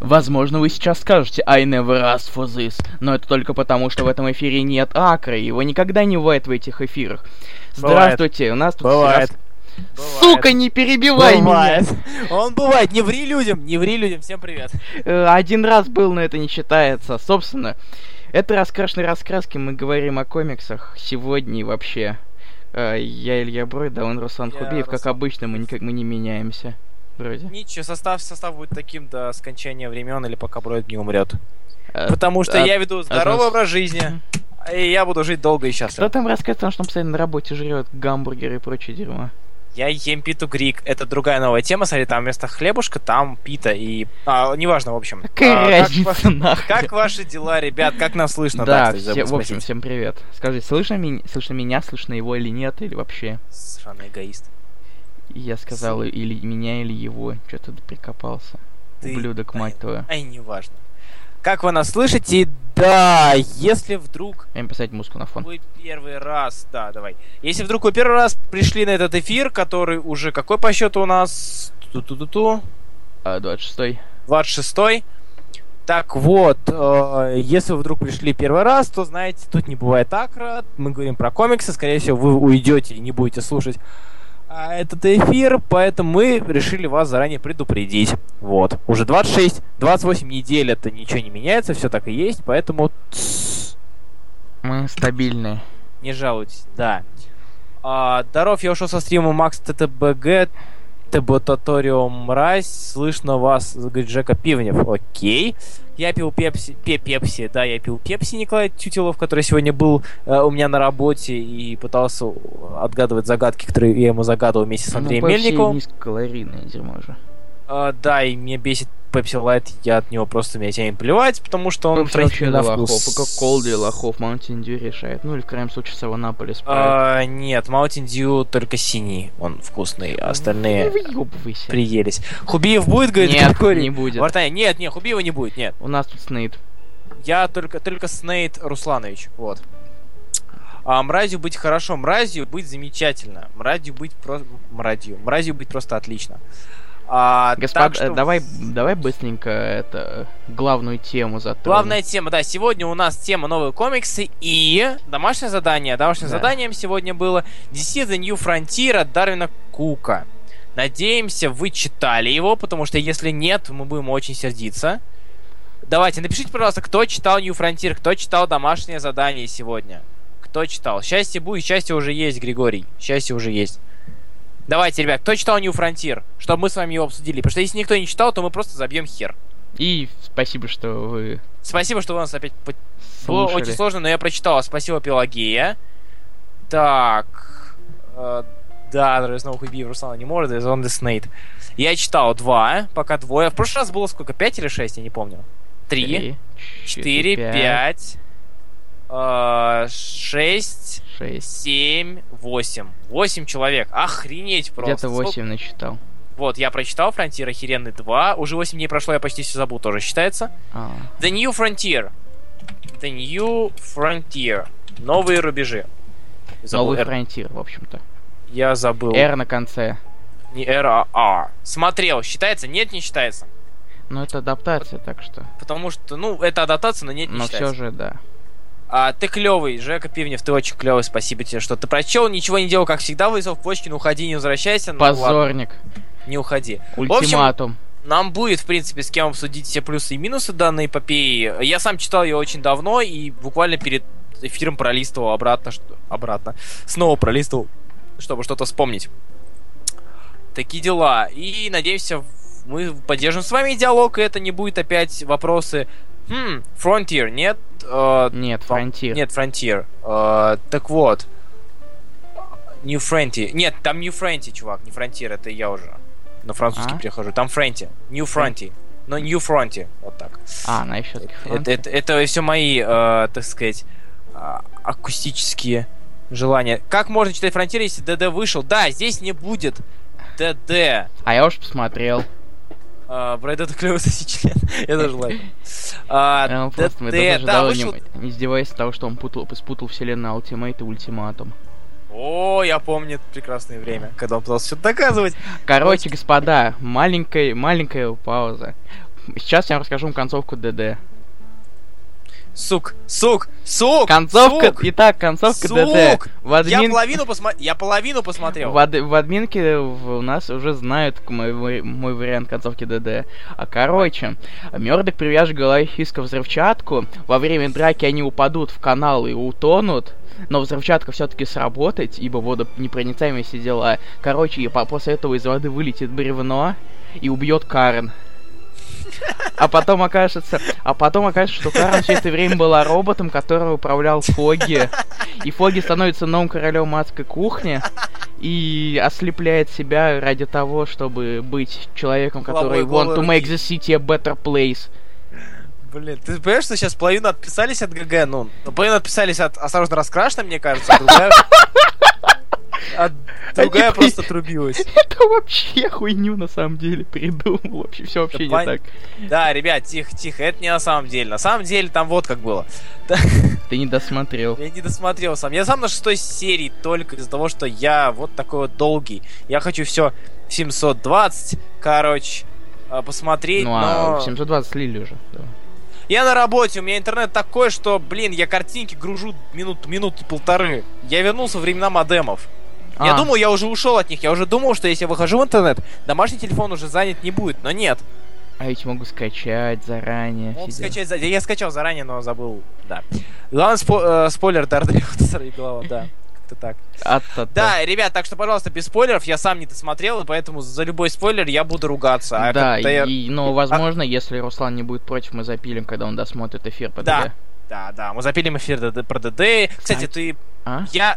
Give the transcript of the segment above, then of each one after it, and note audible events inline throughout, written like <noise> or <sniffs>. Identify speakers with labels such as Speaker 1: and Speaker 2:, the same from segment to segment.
Speaker 1: Возможно, вы сейчас скажете «I never asked for this», но это только потому, что в этом эфире нет Акры, его никогда не бывает в этих эфирах.
Speaker 2: Бывает.
Speaker 1: Здравствуйте, у нас тут
Speaker 2: Бывает.
Speaker 1: сейчас- Сука, не перебивай
Speaker 2: бывает. Он бывает. Не ври людям, не ври людям. Всем привет.
Speaker 1: меня! Э, Один раз был, но это не считается. Собственно, это «Раскрашенные раскраски», мы говорим о комиксах сегодня и вообще. Э, Я Илья Бройда, он Руслан
Speaker 2: Я
Speaker 1: Хубеев, как
Speaker 2: Руслан
Speaker 1: обычно, мы никак мы не меняемся. Вроде.
Speaker 2: Ничего, состав, состав будет таким до скончания времен или пока Бройд не умрет.
Speaker 1: Э,
Speaker 2: Потому что
Speaker 1: от-
Speaker 2: я веду здоровый
Speaker 1: нас-
Speaker 2: образ жизни, и я буду жить долго и
Speaker 1: Кто
Speaker 2: счастливо.
Speaker 1: там рассказывает, о том, что он постоянно на работе жрет гамбургеры и прочее дерьмо?
Speaker 2: Я ем питу грик. Это другая новая тема. Смотри, там вместо хлебушка там пита и... А, неважно, в общем.
Speaker 1: Какая
Speaker 2: А, как
Speaker 1: разница,
Speaker 2: ва-
Speaker 1: нахуй?
Speaker 2: Как ваши дела, ребят? Как нас слышно?
Speaker 1: Да,
Speaker 2: кстати,
Speaker 1: все-
Speaker 2: забыл
Speaker 1: в общем,
Speaker 2: спросить.
Speaker 1: всем привет. Скажи, слышно, ми- слышно меня, слышно его или нет, или вообще?
Speaker 2: Сраный эгоист.
Speaker 1: И Я сказал, или меня, или его. Что ты прикопался?
Speaker 2: Ты-
Speaker 1: Ублюдок, мать твою.
Speaker 2: Ай, неважно. Как вы нас слышите? Да, если вдруг
Speaker 1: Я им писать музыку на фон.
Speaker 2: вы первый раз, да, давай. Если вдруг вы первый раз пришли на этот эфир, который уже какой по счету у нас? Ту-ту-ту-ту.
Speaker 1: А, 26
Speaker 2: 26 Так вот, э, если вы вдруг пришли первый раз, то знаете, тут не бывает акра. Мы говорим про комиксы, скорее всего, вы уйдете и не будете слушать а, этот эфир, поэтому мы решили вас заранее предупредить. Вот. Уже 26, 28 недель это ничего не меняется, все так и есть, поэтому тссс,
Speaker 1: Мы стабильные.
Speaker 2: не жалуйтесь, да. А, здоров, я ушел со стрима Макс ТТБГ, Теботаторио Мразь, слышно вас, говорит Джека Пивнев. Окей. Я пил пепси, пе пепси, да, я пил пепси Николай Тютилов, который сегодня был э, у меня на работе и пытался отгадывать загадки, которые я ему загадывал вместе с Андреем
Speaker 1: Ну, Пепси
Speaker 2: Мельниковым.
Speaker 1: низкокалорийное дерьмо же.
Speaker 2: А, да, и меня бесит Пепси Лайт, я от него просто меня тянет плевать, потому что он
Speaker 1: Пепси вообще
Speaker 2: отвратительный
Speaker 1: для
Speaker 2: на
Speaker 1: лохов.
Speaker 2: вкус.
Speaker 1: Кока Колда и лохов. Mountain Dew решает. Ну или в крайнем случае Саванаполис. Э.
Speaker 2: А, нет, Mountain Dew только синий, он вкусный, а остальные
Speaker 1: Выебывайся.
Speaker 2: приелись. Хубиев будет, говорит,
Speaker 1: Ну, Нет,
Speaker 2: какой
Speaker 1: не
Speaker 2: ре-
Speaker 1: будет.
Speaker 2: Вартаня, нет, нет, Хубиева не будет, нет.
Speaker 1: У нас тут снейт.
Speaker 2: Я только, только Снейд Русланович, вот. А мразью быть хорошо, мразью быть замечательно, мразью быть просто... Мразью, мразью быть просто отлично. А,
Speaker 1: Господа,
Speaker 2: так что-
Speaker 1: э, давай, давай быстренько это э, главную тему затронем.
Speaker 2: Главная тема, да, сегодня у нас тема новые комиксы и домашнее задание. Домашним
Speaker 1: Да.
Speaker 2: заданием сегодня было DC The New Frontier от Дарвина Кука. Надеемся, вы читали его, потому что если нет, мы будем очень сердиться. Давайте, напишите, пожалуйста, кто читал New Frontier, кто читал домашнее задание сегодня. Кто читал? Счастье будет, счастье уже есть, Григорий. Счастье уже есть. Давайте, ребят, кто читал New Frontier, чтобы мы с вами его обсудили. Потому что если никто не читал, то мы просто забьем хер.
Speaker 1: И спасибо, что вы
Speaker 2: Спасибо, что вы нас опять по- было
Speaker 1: слушали.
Speaker 2: очень сложно, но я прочитал. Спасибо, Пелагея. Так. э, Да, there is no Хуби, Руслана не может, there is only Snake. Я читал два, пока двое. В прошлый раз было сколько, пять или шесть, я не помню. Три, четыре, пять, э, шесть,
Speaker 1: шесть.
Speaker 2: семь, восемь. Восемь человек. Охренеть просто.
Speaker 1: Где-то
Speaker 2: Сколько-
Speaker 1: восемь начитал.
Speaker 2: Вот, я прочитал Фронтир охеренный 2. Уже 8 дней прошло, я почти все забыл, тоже считается.
Speaker 1: А,
Speaker 2: The New Frontier. The New Frontier. Новые рубежи. Забыл
Speaker 1: новый
Speaker 2: R.
Speaker 1: фронтир, в общем-то.
Speaker 2: Я забыл.
Speaker 1: R на конце.
Speaker 2: Не R, а R. Смотрел. Считается? Нет, не считается.
Speaker 1: Ну, это адаптация, так что.
Speaker 2: Потому что, ну, это адаптация, но нет, не
Speaker 1: Но все
Speaker 2: считается.
Speaker 1: же, да.
Speaker 2: А, ты клевый, Жека Пивнев, ты очень клевый, спасибо тебе, что ты прочел, ничего не делал, как всегда, вызов почки, ну уходи, не возвращайся, ну ладно,
Speaker 1: Позорник.
Speaker 2: не уходи. общем,
Speaker 1: Ультиматум.
Speaker 2: Нам будет, в принципе, с кем обсудить все плюсы и минусы данной эпопеи. Я сам читал ее очень давно и буквально перед эфиром пролистывал обратно, что... обратно. Снова пролистывал, чтобы что-то вспомнить. Такие дела. И надеемся, в- мы поддержим с вами диалог, и это не будет опять вопросы. Хм, Frontier, нет? э,
Speaker 1: Нет, фронтир.
Speaker 2: нет, Frontier. Э, так вот. New Frontier. Нет, там New Frontier, чувак. Не Frontier, это я уже. На французский
Speaker 1: А?
Speaker 2: перехожу. Там Frontier. New Frontier. Но New Frontier. Вот так.
Speaker 1: А, она еще таки фронт.
Speaker 2: Это, все мои, э, так сказать, а, акустические желания. Как можно читать Frontier, если ДД вышел? Да, здесь не будет ДД.
Speaker 1: А я уж посмотрел.
Speaker 2: Э, Брайд это клевый сосичлен. <laughs> Я даже лайк. А,
Speaker 1: Э, Просто мы
Speaker 2: ДД,
Speaker 1: даже
Speaker 2: да,
Speaker 1: давно не-
Speaker 2: вышел
Speaker 1: не издеваясь того, что он путал- спутал вселенную Ultimate и Ультиматум.
Speaker 2: О, я помню это прекрасное время, когда он пытался что-то доказывать.
Speaker 1: Короче, господа, маленькая, маленькая пауза. Сейчас я вам расскажу вам концовку ДД.
Speaker 2: Сук, сук, сук!
Speaker 1: Концовка,
Speaker 2: сук,
Speaker 1: итак, концовка
Speaker 2: сук!
Speaker 1: ДД. В,
Speaker 2: Я
Speaker 1: админ...
Speaker 2: половину, посмо... я половину посмотрел.
Speaker 1: в, ад- в админке в- у нас уже знают к- мой, вари- мой вариант концовки ДД. А короче, Мёрдок привяжет к голове Фиска взрывчатку. Во время драки они упадут в канал и утонут. Но взрывчатка все-таки сработает, ибо водонепроницаемые все дела. Короче, и по- после этого из воды вылетит бревно и убьет Карен. А потом окажется, а потом окажется, что Карен все это время была роботом, который управлял Фоги. И Фоги становится новым королем адской кухни и ослепляет себя ради того, чтобы быть человеком, который
Speaker 2: Головой
Speaker 1: want to
Speaker 2: голой
Speaker 1: make
Speaker 2: руки.
Speaker 1: the city a better place.
Speaker 2: Блин, ты понимаешь, что сейчас половину отписались от ГГ, ну, ну, половину отписались от «Осторожно, раскрашено», мне кажется, а другая... <laughs> а другая
Speaker 1: Они при-
Speaker 2: просто трубилась.
Speaker 1: Это вообще я хуйню на самом деле придумал. Вообще все вообще не
Speaker 2: пон-
Speaker 1: так.
Speaker 2: Да, ребят, тихо, тихо, это не на самом деле. На самом деле там вот как было.
Speaker 1: Ты не досмотрел.
Speaker 2: Я не досмотрел сам. Я сам на шестой серии только из-за того, что я вот такой вот долгий. Я хочу все 720, короче, а, посмотреть,
Speaker 1: Ну а
Speaker 2: но...
Speaker 1: 720 слили уже. да.
Speaker 2: Я на работе, у меня интернет такой, что, блин, я картинки гружу минут, минуты полторы. Я вернулся во времена модемов. Я
Speaker 1: А,
Speaker 2: думал, я уже ушел от них. Я уже думал, что если я выхожу в интернет, домашний телефон уже занят не будет. Но нет.
Speaker 1: А ведь могу скачать заранее.
Speaker 2: Он
Speaker 1: все дела.
Speaker 2: скачать за- Я скачал заранее, но забыл. Да. Главный спо- э, спойлер <laughs> Дардевилта Сорвиголова, да. Как-то так.
Speaker 1: А-та-та.
Speaker 2: Да, ребят, так что, пожалуйста, без спойлеров. Я сам не досмотрел, и поэтому за любой спойлер я буду ругаться. А
Speaker 1: да,
Speaker 2: как-то я-
Speaker 1: и, но возможно, если Руслан не будет против, мы запилим, когда он досмотрит эфир по
Speaker 2: Да.
Speaker 1: ДД.
Speaker 2: Да, да, мы запилим эфир ДД про ДД. Кстати,
Speaker 1: Кстати.
Speaker 2: ты
Speaker 1: А?
Speaker 2: Я...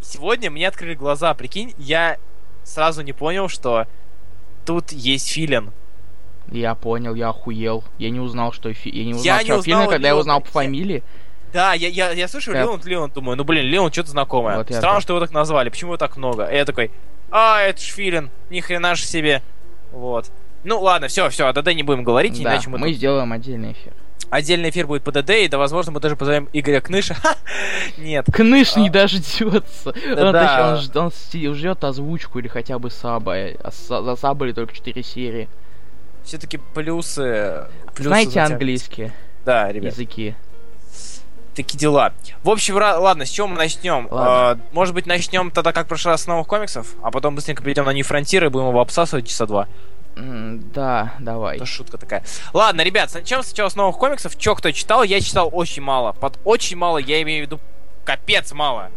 Speaker 2: Сегодня мне открыли глаза, прикинь, я сразу не понял, что тут есть филин.
Speaker 1: Я понял, я охуел. Я не узнал, что эфи- Я не
Speaker 2: Я
Speaker 1: узнал,
Speaker 2: не
Speaker 1: что
Speaker 2: узнал
Speaker 1: Филин, когда я
Speaker 2: его,
Speaker 1: узнал по
Speaker 2: я-
Speaker 1: фамилии.
Speaker 2: Да, я, я, я слышу
Speaker 1: Да.
Speaker 2: Леон, Леон, думаю, ну блин, Леон что-то знакомое.
Speaker 1: Вот я
Speaker 2: Странно,
Speaker 1: тоже.
Speaker 2: что его так назвали, почему его так много? И я такой, а, это ж филин, ни хрена ж себе. Вот. Ну ладно, все, все, о ДД не будем говорить,
Speaker 1: да,
Speaker 2: иначе мы,
Speaker 1: мы,
Speaker 2: тут- А.
Speaker 1: сделаем отдельный эфир.
Speaker 2: Отдельный эфир будет по ДД, и да, возможно, мы даже позовем Игоря Кныша. <laughs> Ха, Нет.
Speaker 1: Кныш не дождется. Он, точнее,
Speaker 2: да.
Speaker 1: он жд- он сти- ждет озвучку или хотя бы саба. А са- за сабали только 4 серии.
Speaker 2: Все-таки плюсы... плюсы
Speaker 1: Знаете
Speaker 2: затягиваются.
Speaker 1: английские
Speaker 2: Да, ребят.
Speaker 1: языки?
Speaker 2: такие дела. В общем, ра- ладно, с чего мы начнем?
Speaker 1: Ладно.
Speaker 2: Э, может быть, начнем тогда, как в прошлый раз, с новых комиксов, а потом быстренько перейдем на New Frontier и будем его обсасывать часа два.
Speaker 1: М, Да, давай.
Speaker 2: Это шутка такая. Ладно, ребят, начнем сначала с новых комиксов. Че кто читал? Я читал очень мало. Под очень мало я имею в виду капец мало.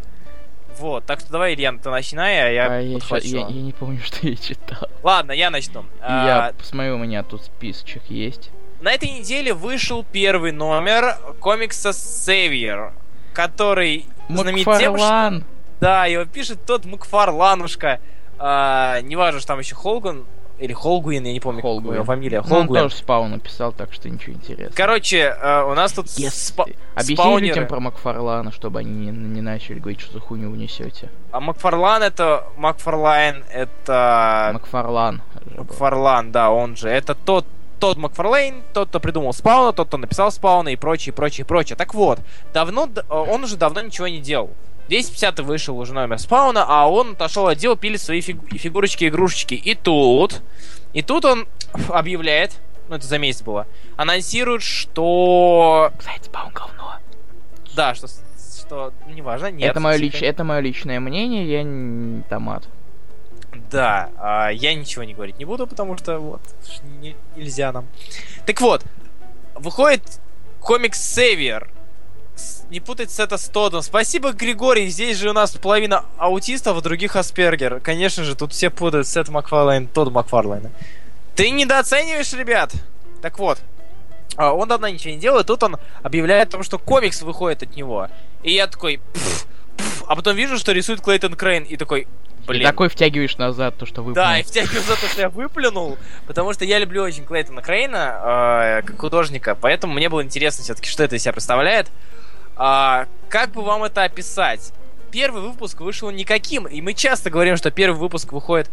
Speaker 2: Вот, так что давай, Ильян, ты начинай, а я
Speaker 1: А я, щас-
Speaker 2: подхвачу.
Speaker 1: я- я не помню, <laughs> что я читал.
Speaker 2: Ладно, я начну. А,
Speaker 1: Я посмотрю, у меня тут списочек есть.
Speaker 2: На этой неделе вышел первый номер комикса Savior, который знаменит тем, что...
Speaker 1: Макфарлан!
Speaker 2: Да, его пишет тот Макфарланушка. А, неважно, что там еще Холган или Холгуин, я не помню, как
Speaker 1: Холгуин.
Speaker 2: его фамилия.
Speaker 1: Ну, он
Speaker 2: Холгуин.
Speaker 1: тоже спаун написал, так что ничего интересного.
Speaker 2: Короче, э, у нас тут
Speaker 1: Yes.
Speaker 2: спа-
Speaker 1: Объясни
Speaker 2: спаунеры.
Speaker 1: людям про Макфарлана, чтобы они не, не начали говорить, что за хуйню внесете.
Speaker 2: А Макфарлан это Макфарлайн, это
Speaker 1: Макфарлан.
Speaker 2: Макфарлан, да, он же. Это тот тот Макфарлейн, тот, кто придумал спауна, тот, кто написал спауна и прочее, прочее, прочее. Так вот, давно д- э, он уже давно ничего не делал. 250 вышел уже номер спауна, а он отошел от дела, пили свои фиг- фигурочки, игрушечки. И тут, и тут он <sniffs> объявляет, ну это за месяц было, анонсирует, что...
Speaker 1: Кстати, спаун говно.
Speaker 2: Да, что... с- что ну, неважно, нет.
Speaker 1: это, мое лич...
Speaker 2: тихо.
Speaker 1: это мое личное мнение, я не томат.
Speaker 2: Да, а, я ничего не говорить не буду, потому что вот ж не- нельзя нам. Так вот, выходит комикс Север. Не путать с это с Тодом. Спасибо, Григорий. Здесь же у нас половина аутистов, а других Аспергер. Конечно же, тут все путают Сет Макфарлайн, Тодд Макфарлайна. Ты недооцениваешь, ребят. Так вот, а, он давно ничего не делает, тут он объявляет о том, что комикс выходит от него. И я такой, «Пф, пф». а потом вижу, что рисует Клейтон Крейн, и такой, блин.
Speaker 1: И такой втягиваешь назад то, что вы
Speaker 2: Да, и втягиваю за то, что я выплюнул, потому что я люблю очень Клейтона Крейна э, как художника, поэтому мне было интересно все-таки, что это из себя представляет. А, как бы вам это описать? Первый выпуск вышел никаким, и мы часто говорим, что первый выпуск выходит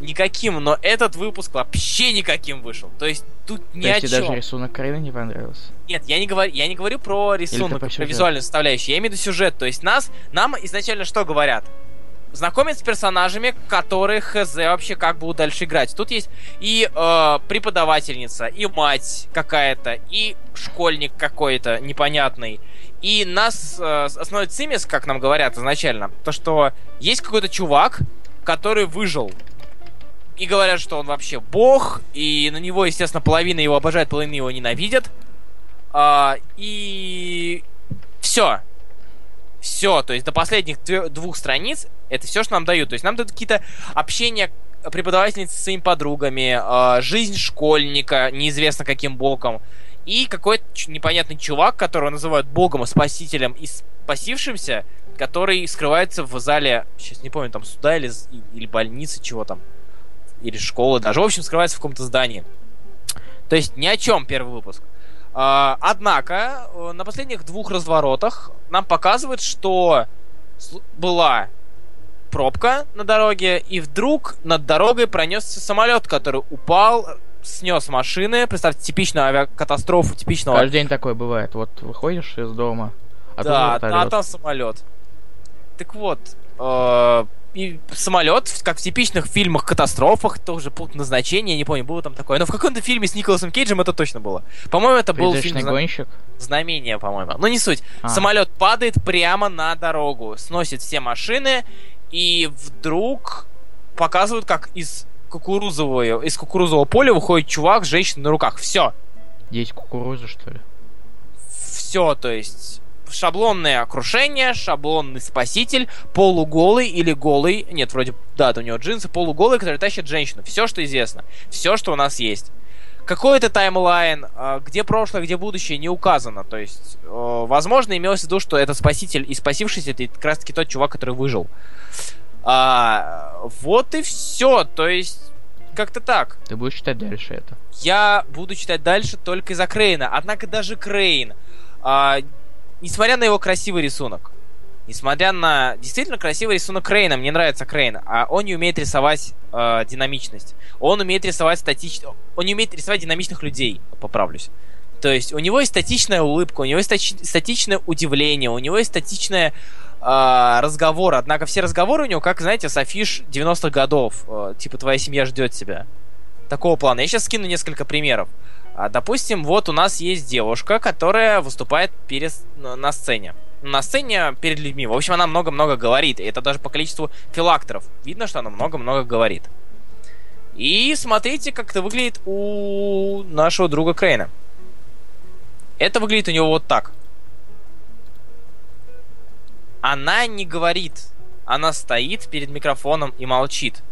Speaker 2: никаким, но этот выпуск вообще никаким вышел. То есть тут ни
Speaker 1: То
Speaker 2: о
Speaker 1: есть тебе
Speaker 2: чем.
Speaker 1: даже рисунок Крейна не понравился.
Speaker 2: Нет, я не говорю, я не говорю про
Speaker 1: Или ты
Speaker 2: рисунок,
Speaker 1: про
Speaker 2: про
Speaker 1: сюжет?
Speaker 2: визуальную составляющую. Я имею в виду сюжет. То есть нас, нам изначально что говорят? знакомит с персонажами, которых хз вообще как будут дальше играть. Тут есть и э, преподавательница, и мать какая-то, и школьник какой-то непонятный. И нас э, основной цимис, как нам говорят изначально, то что есть какой-то чувак, который выжил. И говорят, что он вообще бог, и на него, естественно, половина его обожает, половина его ненавидит. А, и все. Все, то есть до последних твё- двух страниц это все, что нам дают. То есть нам дают какие-то общения преподавательниц с своими подругами, а, жизнь школьника, неизвестно каким боком, и какой-то ч- непонятный чувак, которого называют богом, и спасителем и спасившимся, который скрывается в зале, сейчас не помню, там суда или, з- или больницы, чего там, или школы даже, в общем, скрывается в каком-то здании. То есть ни о чем первый выпуск. А, Однако, э, на последних двух разворотах нам показывают, что сл- была пробка на дороге, и вдруг над дорогой пронесся самолет, который упал, снес машины. Представьте, типичную авиакатастрофу, типичного...
Speaker 1: Каждый день такое бывает. Вот выходишь из дома, а тут
Speaker 2: да, а
Speaker 1: вертолет.
Speaker 2: там самолет. Так вот, э, и самолет, как в типичных фильмах катастрофах, тоже пункт назначения, я не помню, было там такое. Но в каком-то фильме с Николасом Кейджем это точно было. По-моему, это был фильм
Speaker 1: Призрачный
Speaker 2: «Зна-
Speaker 1: гонщик.
Speaker 2: знамение, по-моему. Ну, не суть.
Speaker 1: А.
Speaker 2: Самолет падает прямо на дорогу, сносит все машины, и вдруг показывают, как из кукурузового, из кукурузового поля выходит чувак с женщиной на руках. Все.
Speaker 1: Есть кукуруза, что ли?
Speaker 2: Все, то есть шаблонное крушение, шаблонный спаситель, полуголый или голый, нет, вроде, да, это у него джинсы, полуголый, который тащит женщину. Все, что известно. Все, что у нас есть. Какой это таймлайн, а, где прошлое, где будущее, не указано. То есть, э, возможно, имелось в виду, что этот спаситель и спасившийся, это как раз-таки тот чувак, который выжил. А, вот и все. То есть, как-то так.
Speaker 1: Ты будешь читать дальше это?
Speaker 2: Я буду читать дальше только из-за Крейна. Однако даже Крейн, а, несмотря на его красивый рисунок, несмотря на действительно красивый рисунок Крейна, мне нравится Крейн, а он не умеет рисовать а, динамичность. Он умеет рисовать статич... Он не умеет рисовать динамичных людей, поправлюсь. То есть у него есть статичная улыбка, у него есть стати- статичное удивление, у него есть статичное а, разговор. Однако все разговоры у него, как, знаете, с афиш 90-х годов. э, типа «Твоя семья ждет тебя» такого плана. Я сейчас скину несколько примеров. А, допустим, вот у нас есть девушка, которая выступает перед, на сцене. На сцене перед людьми. В общем, она много-много говорит. И это даже по количеству филакторов. Видно, что она много-много говорит. И смотрите, как это выглядит у нашего друга Крейна. Это выглядит у него вот так. Она не говорит. Она стоит перед микрофоном и молчит.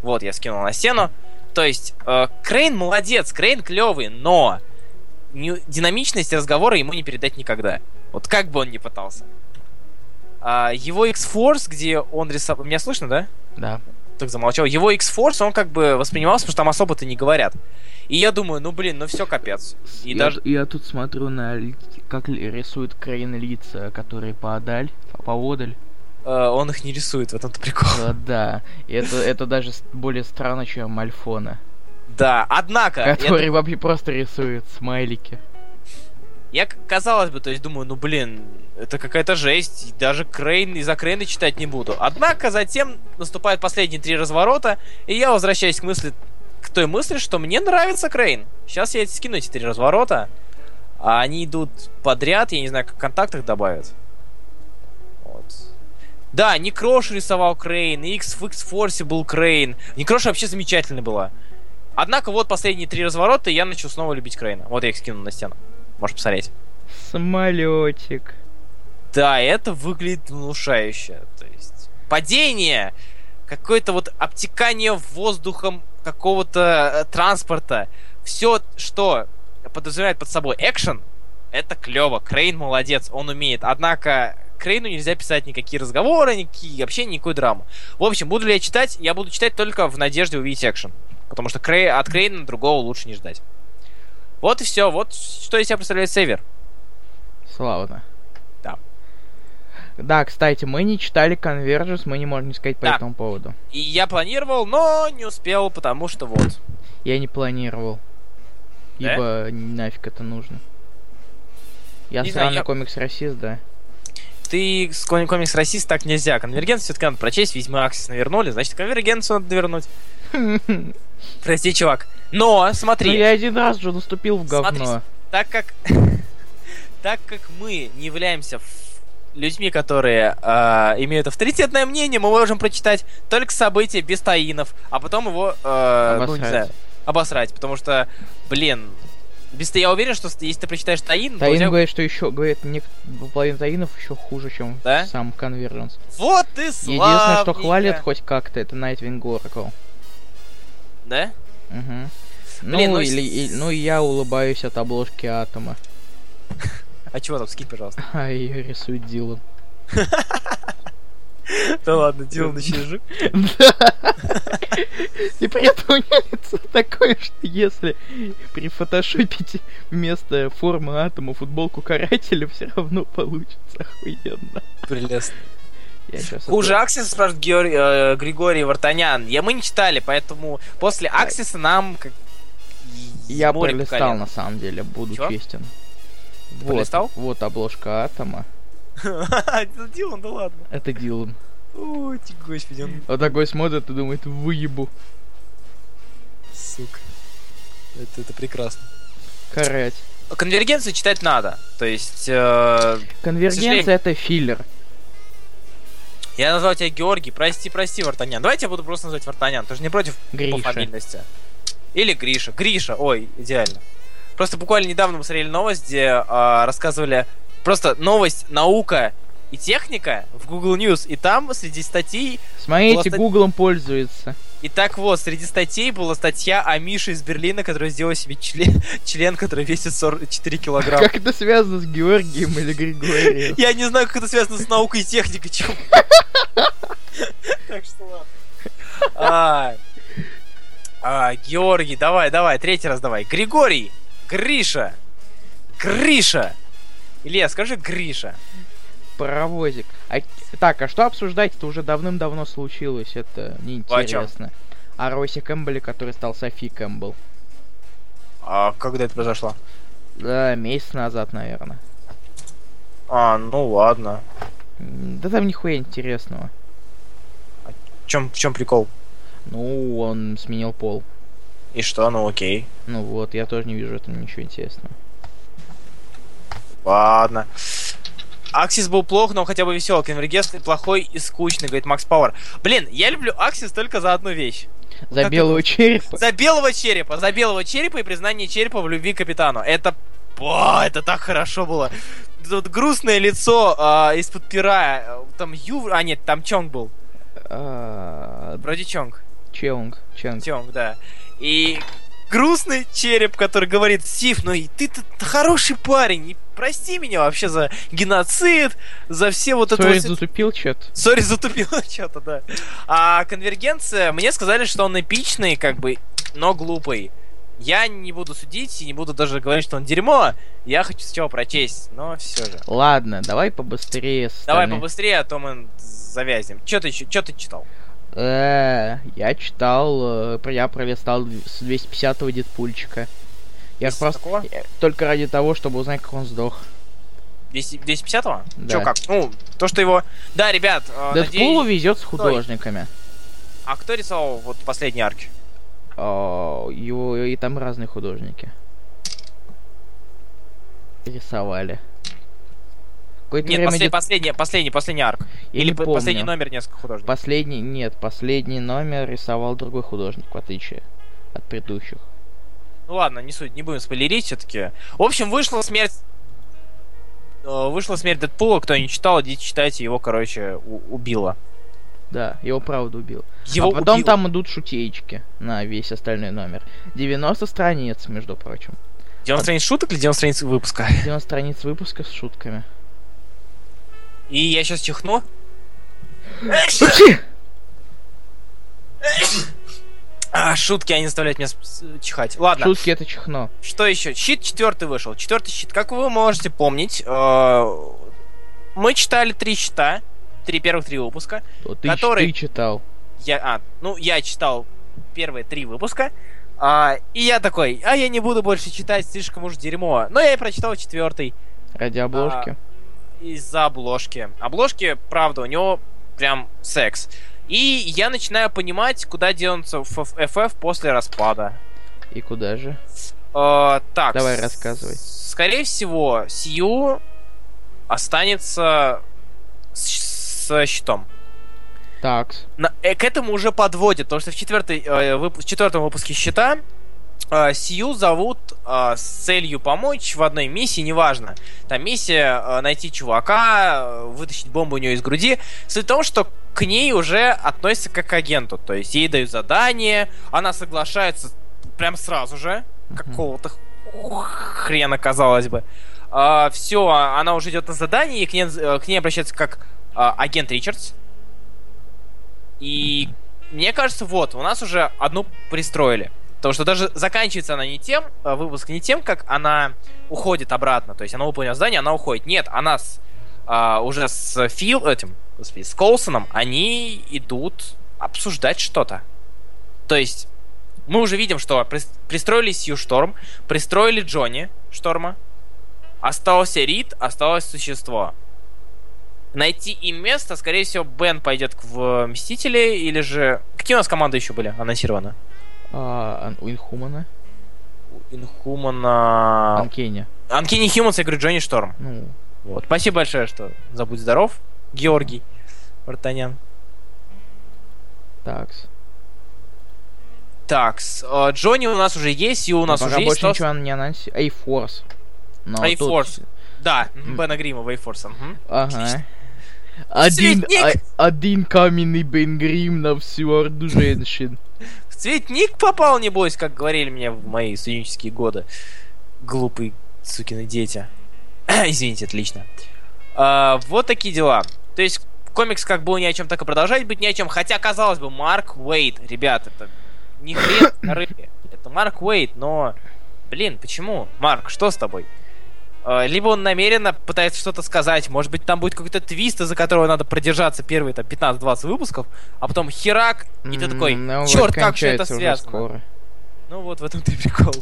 Speaker 2: Вот, я скинул на стену. То есть, э, Крейн молодец, Крейн клевый, но не- динамичность разговора ему не передать никогда. Вот как бы он ни пытался. А, его X-Force, где он рисовал... Меня слышно, да?
Speaker 1: Да.
Speaker 2: Так замолчал. Его X-Force, он как бы воспринимался, потому что там особо-то не говорят. И я думаю, ну блин, ну все капец. И
Speaker 1: я,
Speaker 2: даже...
Speaker 1: я тут смотрю на ли- как ли- рисуют Крейн лица, которые поодаль, поодаль.
Speaker 2: э, он их не рисует, в этом-то прикол. <laughs>
Speaker 1: Э, Да, И это, это даже с- более странно, чем Альфона,
Speaker 2: Да, однако... я
Speaker 1: который вообще просто рисует смайлики.
Speaker 2: Я, к- казалось бы, то есть думаю, ну блин, это какая-то жесть, и даже Крейн из-за Крейна читать не буду. Однако затем наступают последние три разворота, и я возвращаюсь к мысли, к той мысли, что мне нравится Крейн. Сейчас я эти- скину эти три разворота, а они идут подряд, я не знаю, как в контактах добавят. Вот. Да, Некрош рисовал Крейн, и X в X-Force был Крейн. Некрош вообще замечательный была. Однако вот последние три разворота, и я начал снова любить Крейна. Вот я их скину на стену. Можешь посмотреть.
Speaker 1: Самолетик.
Speaker 2: Да, это выглядит внушающе. То есть падение, какое-то вот обтекание воздухом какого-то э, транспорта. Все, что подразумевает под собой экшен, это клево. Крейн молодец, он умеет. Однако Крейну нельзя писать никакие разговоры, никакие, вообще никакую драму. В общем, буду ли я читать? Я буду читать только в надежде увидеть экшен. Потому что Крей... от Крейна другого лучше не ждать. Вот и все. Вот что из себя представляет Север.
Speaker 1: Славно.
Speaker 2: Да.
Speaker 1: Да, кстати, мы не читали Convergence, мы не можем не сказать по
Speaker 2: Да.
Speaker 1: этому поводу.
Speaker 2: И я планировал, но не успел, потому что вот.
Speaker 1: Я не планировал.
Speaker 2: Да?
Speaker 1: Ибо нафиг это нужно. Я
Speaker 2: Не знаю,
Speaker 1: странный
Speaker 2: я-
Speaker 1: комикс расист, да.
Speaker 2: ты с ком- комикс расист так нельзя. Конвергенцию все-таки надо прочесть, весьма Аксис навернули, значит, конвергенцию надо вернуть.
Speaker 1: <laughs>
Speaker 2: Прости, чувак. Но,
Speaker 1: Ну,
Speaker 2: смотри,
Speaker 1: я один раз же наступил в говно.
Speaker 2: Смотри, так как <laughs> так как мы не являемся ф- людьми, которые э, имеют авторитетное мнение, мы можем прочитать только события без таинов, а потом его э, ну, не
Speaker 1: Обосрать.
Speaker 2: знаю, обосрать, потому что, блин, без та- я уверен, что с- если ты прочитаешь таин, то у
Speaker 1: Таин
Speaker 2: тебя-
Speaker 1: говорит, что еще, говорит, нек- половина Таинов еще хуже, чем
Speaker 2: Да?
Speaker 1: сам Конверженс.
Speaker 2: вот ты
Speaker 1: Единственное, что
Speaker 2: славненько.
Speaker 1: хвалят хоть как-то, это Найтвинг Oracle.
Speaker 2: Да?
Speaker 1: Мгм.
Speaker 2: Блин,
Speaker 1: ну,
Speaker 2: ну,
Speaker 1: или,
Speaker 2: с-
Speaker 1: и- ну, и я улыбаюсь от обложки Атома. <laughs>
Speaker 2: А чего там, скинь, пожалуйста.
Speaker 1: А ее рисует Дилан.
Speaker 2: <laughs>
Speaker 1: <laughs>
Speaker 2: Да ладно, дело на чужих.
Speaker 1: И при этом у меня Типа, лицо такое, что если при фотошопите вместо формы Атома футболку карателя, все равно получится охуенно.
Speaker 2: Прелестно.
Speaker 1: Я сейчас
Speaker 2: Хуже Аксиса, спрашивает Георг- э, Григорий Вартанян. Я мы не читали, поэтому после Аксиса нам как
Speaker 1: Я
Speaker 2: море по
Speaker 1: пролистал,
Speaker 2: колено.
Speaker 1: на самом деле, буду
Speaker 2: Чё?
Speaker 1: честен. Вот,
Speaker 2: пролистал?
Speaker 1: вот обложка Атома.
Speaker 2: <laughs> Это Дилан, да ладно.
Speaker 1: Это Дилан.
Speaker 2: Ой, ты господи, он
Speaker 1: Вот такой смотрит и думает, выебу.
Speaker 2: сука. Это, это прекрасно.
Speaker 1: Карать.
Speaker 2: Конвергенцию читать надо. То есть, э,
Speaker 1: Конвергенция это филлер.
Speaker 2: я назвал тебя Георгий. Прости, прости, Вартанян. Давайте я буду просто называть Вартанян. Ты же не против по
Speaker 1: Гриша.
Speaker 2: фамильности. Или Гриша. Гриша, ой, идеально. Просто буквально недавно мы смотрели новость, где а, рассказывали просто новость наука и техника в Google News, и там среди статей,
Speaker 1: Смотрите,
Speaker 2: Просто-
Speaker 1: гуглом пользуется.
Speaker 2: и так вот, среди статей была статья о Мише из Берлина, который сделал себе член, член который весит 44 килограмма.
Speaker 1: Как это связано с Георгием или Григорием?
Speaker 2: <laughs> Я не знаю, как это связано с наукой и техникой, чего. Так что ладно. А, а, Георгий, давай, давай, третий раз давай. Григорий, Гриша, Гриша. Илья, скажи Гриша.
Speaker 1: Паровозик. А- так, а что обсуждать? Это уже давным-давно случилось. Это неинтересно. О Росе Кэмпбелле, который стал Софи Кэмпбелл.
Speaker 2: А когда это произошло?
Speaker 1: Да, месяц назад, наверное.
Speaker 2: А, ну ладно.
Speaker 1: М, Да там нихуя интересного.
Speaker 2: В чем, в чем прикол?
Speaker 1: Ну, он сменил пол.
Speaker 2: И что, ну окей.
Speaker 1: Ну вот, я тоже не вижу в этом ничего интересного.
Speaker 2: Ладно. Аксис был плох, но он хотя бы веселый. Конвергентный плохой и скучный, говорит Макс Пауэр. Блин, я люблю Аксис только за одну вещь.
Speaker 1: За
Speaker 2: Как
Speaker 1: белого черепа.
Speaker 2: За белого черепа, за белого черепа и признание черепа в любви к капитану. Это... О, это так хорошо было. Тут грустное лицо а, из-под пера. э, Там Ю... А, нет, там Чонг был.
Speaker 1: А,
Speaker 2: Вроде Чонг.
Speaker 1: Чеонг. Чеонг.
Speaker 2: Чонг, да. И грустный череп, который говорит, Стив, ну и ты-то хороший парень, и прости меня вообще за геноцид, за все вот это...
Speaker 1: Сори,
Speaker 2: вот всё-
Speaker 1: затупил чет.
Speaker 2: Сори, затупила <laughs> что-то, да. А конвергенция, мне сказали, что он эпичный, как бы, но глупый. Я не буду судить и не буду даже говорить, что он дерьмо. Я хочу сначала прочесть, но все же.
Speaker 1: Ладно, давай побыстрее. с
Speaker 2: Давай
Speaker 1: остальными.
Speaker 2: побыстрее, а то мы завязнем. Че ты, чё ты читал?
Speaker 1: Э, я читал, э, про- я пролистал дв- с 250-го дедпульчика. Я
Speaker 2: Из
Speaker 1: просто
Speaker 2: такого?
Speaker 1: э, только ради того, чтобы узнать, как он сдох.
Speaker 2: 200 250-го?
Speaker 1: Да.
Speaker 2: Че как? Ну, то, что его... Да, ребят, э,
Speaker 1: Дэдпулу
Speaker 2: надеюсь-
Speaker 1: везет с художниками.
Speaker 2: А кто рисовал вот последний арки?
Speaker 1: О, А, его и там разные художники рисовали. Какое-то
Speaker 2: Нет,
Speaker 1: время
Speaker 2: после-
Speaker 1: дед-
Speaker 2: последний, последний, последний арк.
Speaker 1: я
Speaker 2: Или
Speaker 1: не
Speaker 2: по-
Speaker 1: помню.
Speaker 2: последний номер несколько художников.
Speaker 1: Последний, нет, последний номер рисовал другой художник, в отличие от предыдущих.
Speaker 2: Ну ладно, не суть, не будем спойлерить все-таки. В общем, вышла смерть... э, Вышла смерть Дэдпула, кто не читал, идите читайте, его, короче, у- убило.
Speaker 1: Да, его правда убил.
Speaker 2: Его
Speaker 1: а потом
Speaker 2: убило.
Speaker 1: там идут шутеечки на весь остальной номер. 90 страниц, между прочим.
Speaker 2: 90 страниц шуток или 90 страниц выпуска?
Speaker 1: 90 страниц выпуска с шутками.
Speaker 2: И я сейчас чихну. А, шутки, они заставляют меня с- с- чихать. Ладно,
Speaker 1: Шутки это чихно.
Speaker 2: что еще? Щит четвертый вышел. Четвертый щит. Как вы можете помнить, э, мы читали три щита, три первых три выпуска.
Speaker 1: Вот Ты,
Speaker 2: Который-
Speaker 1: ты читал.
Speaker 2: Я, а, ну, я читал первые три выпуска, а, и я такой, а я не буду больше читать, слишком уж дерьмо. Но я и прочитал четвертый.
Speaker 1: Ради обложки.
Speaker 2: из-за обложки. Обложки, правда, у него прям секс. И я начинаю понимать, куда денутся FF после распада.
Speaker 1: И куда же?
Speaker 2: Э, так.
Speaker 1: Давай рассказывай.
Speaker 2: с- Скорее всего, Сью останется с, с щитом.
Speaker 1: Такс.
Speaker 2: На- э, к этому уже подводит, потому что в, четвертой, э, вып- в четвертом выпуске счета э, Сью зовут э, с целью помочь в одной миссии, неважно. Там миссия э, найти чувака, э, вытащить бомбу у нее из груди. Суть в том, что к ней уже относятся как к агенту. То есть ей дают задание, она соглашается прям сразу же, какого-то х- хрена, казалось бы. все, она уже идет на задание, и к ней, э, к ней обращается как а, агент Ричардс. И мне кажется, вот, у нас уже одну пристроили. Потому что даже заканчивается она не тем, э, выпуск не тем, как она уходит обратно. То есть она выполнила задание, она уходит. Нет, она с, а, уже с Фил, этим, господи, с Колсоном, они идут обсуждать что-то. То есть мы уже видим, что прис- пристроили Сью Шторм, пристроили Джонни Шторма, остался Рид, осталось существо. Найти им место, скорее всего, Бен пойдет к- в Мстители, или же... Какие у нас команды еще были анонсированы?
Speaker 1: А, ан- у Инхумана?
Speaker 2: У Инхумана...
Speaker 1: Анкеня.
Speaker 2: Анкини Химмонс, я говорю, Джонни Шторм.
Speaker 1: Ну,
Speaker 2: Вот. Спасибо большое, что забудь здоров, Георгий Вартанян.
Speaker 1: такс.
Speaker 2: Так, с, э, Джонни у нас уже есть, и у нас
Speaker 1: Пока
Speaker 2: уже есть...
Speaker 1: больше
Speaker 2: Стас-
Speaker 1: ничего не анонсировал. A-Force. Но тут-
Speaker 2: A-Force. Да,
Speaker 1: М.
Speaker 2: Бена Грима, Вейфорса. мгм.
Speaker 1: Ага.
Speaker 2: <laughs>
Speaker 1: Один,
Speaker 2: Цветник!
Speaker 1: а- один каменный Бенгрим на всю орду женщин.
Speaker 2: В цветник попал, небось, как говорили мне в мои студенческие годы. Глупые сукины дети. <coughs> Извините, отлично. А, вот такие дела. То есть комикс как был ни о чем, так и продолжает быть ни о чем. Хотя, казалось бы, Марк Уэйт, ребят, это не хрен на рыбе. Это Марк Уэйт, но... Блин, почему? Марк, что с тобой? А, Либо он намеренно пытается что-то сказать, может быть, там будет какой-то твист, из-за которого надо продержаться первые там 15-20 выпусков, а потом херак, <laughs> и ты такой,
Speaker 1: М, ну, вот
Speaker 2: черт, как все это
Speaker 1: кончается уже
Speaker 2: связано.
Speaker 1: скоро.
Speaker 2: Ну вот в этом-то и прикол.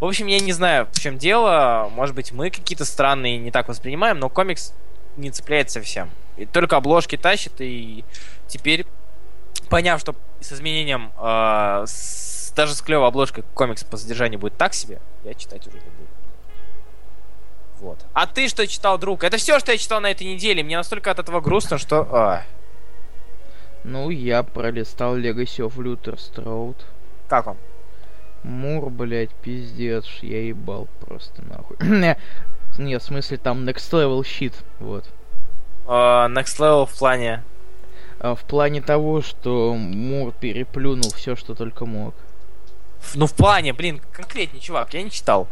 Speaker 2: В общем, я не знаю, в чем дело. Может быть, мы какие-то странные не так воспринимаем, но комикс не цепляет совсем. И только обложки тащит, и теперь, поняв, что с изменением, э, с- даже с клевой обложкой комикс по содержанию будет так себе, я читать уже не буду. Вот. А ты что читал, друг? Это все, что я читал на этой неделе. Мне настолько от этого грустно, что... а,
Speaker 1: Ну, я пролистал Legacy of Luther Stroud.
Speaker 2: как вам?
Speaker 1: Мур, блять, пиздец, я ебал просто нахуй. <clears throat> Нет, в смысле там next level щит, вот.
Speaker 2: Э, next Level в плане...
Speaker 1: А в плане того, что Мур переплюнул все, что только мог.
Speaker 2: В- Ну, в плане, блин, конкретнее, чувак, я не читал.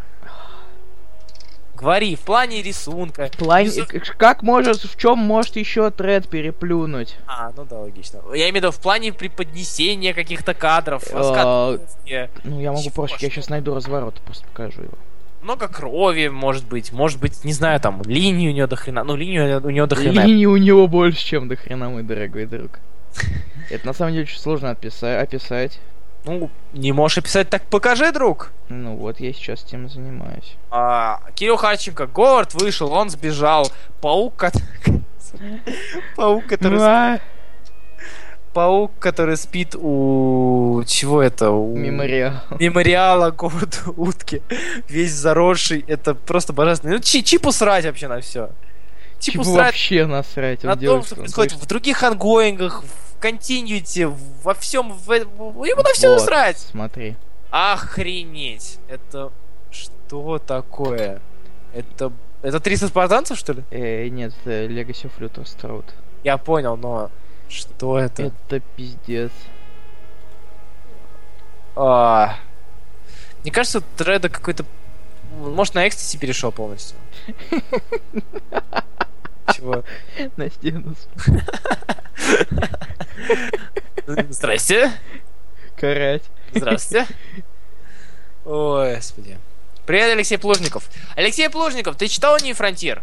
Speaker 2: Говори, в плане рисунка.
Speaker 1: В плане,
Speaker 2: Рису-
Speaker 1: к- как может, в чем может еще тред переплюнуть?
Speaker 2: А, ну да, логично. Я имею в виду в плане преподнесения каких-то кадров,
Speaker 1: Э,
Speaker 2: раскадровки,
Speaker 1: Ну, я могу
Speaker 2: Чего,
Speaker 1: проще, я
Speaker 2: что?
Speaker 1: сейчас найду разворот, просто покажу его.
Speaker 2: много крови, может быть, может быть, не знаю, там, линии у нее до хрена, ну, линию у нее до
Speaker 1: <laughs>
Speaker 2: хрена.
Speaker 1: Линий у него больше, чем до хрена, мой дорогой <laughs> друг. Это на самом деле очень сложно отписа- описать.
Speaker 2: Ну, не можешь описать, так покажи, друг.
Speaker 1: Ну вот, я сейчас этим и занимаюсь.
Speaker 2: А, Кирилл Харченко, Говард вышел, он сбежал, паук, кот- <laughs> паук, который...
Speaker 1: Ну, а,
Speaker 2: Паук, который спит у... Чего это? У...
Speaker 1: Мемориал.
Speaker 2: мемориала городу <laughs> утки. Весь заросший. Это просто божественно. Ну, чи- чипу срать вообще на все. Чипу
Speaker 1: Чего
Speaker 2: Типа срать
Speaker 1: вообще ну, насрать? он
Speaker 2: на том,
Speaker 1: делает,
Speaker 2: что
Speaker 1: он
Speaker 2: происходит
Speaker 1: хочет.
Speaker 2: в других ангоингах, в континьюте, в- во всем. в- в- Ему на все
Speaker 1: Вот,
Speaker 2: срать.
Speaker 1: Смотри.
Speaker 2: Охренеть. Это что такое? Это... Это 300 спартанцев, что ли?
Speaker 1: Э, нет, это Legacy of Luther Stroud.
Speaker 2: Я понял, но... Что это?
Speaker 1: Это пиздец.
Speaker 2: А. Мне кажется, Дреда какой-то... Может, на экстаси
Speaker 1: <laughs>
Speaker 2: перешел полностью? Чего?
Speaker 1: На стену. с-
Speaker 2: Здрасте.
Speaker 1: Карать.
Speaker 2: Здрасте. Ой, господи. Привет, Алексей Плужников. Алексей Плужников, ты читал «Не фронтир»?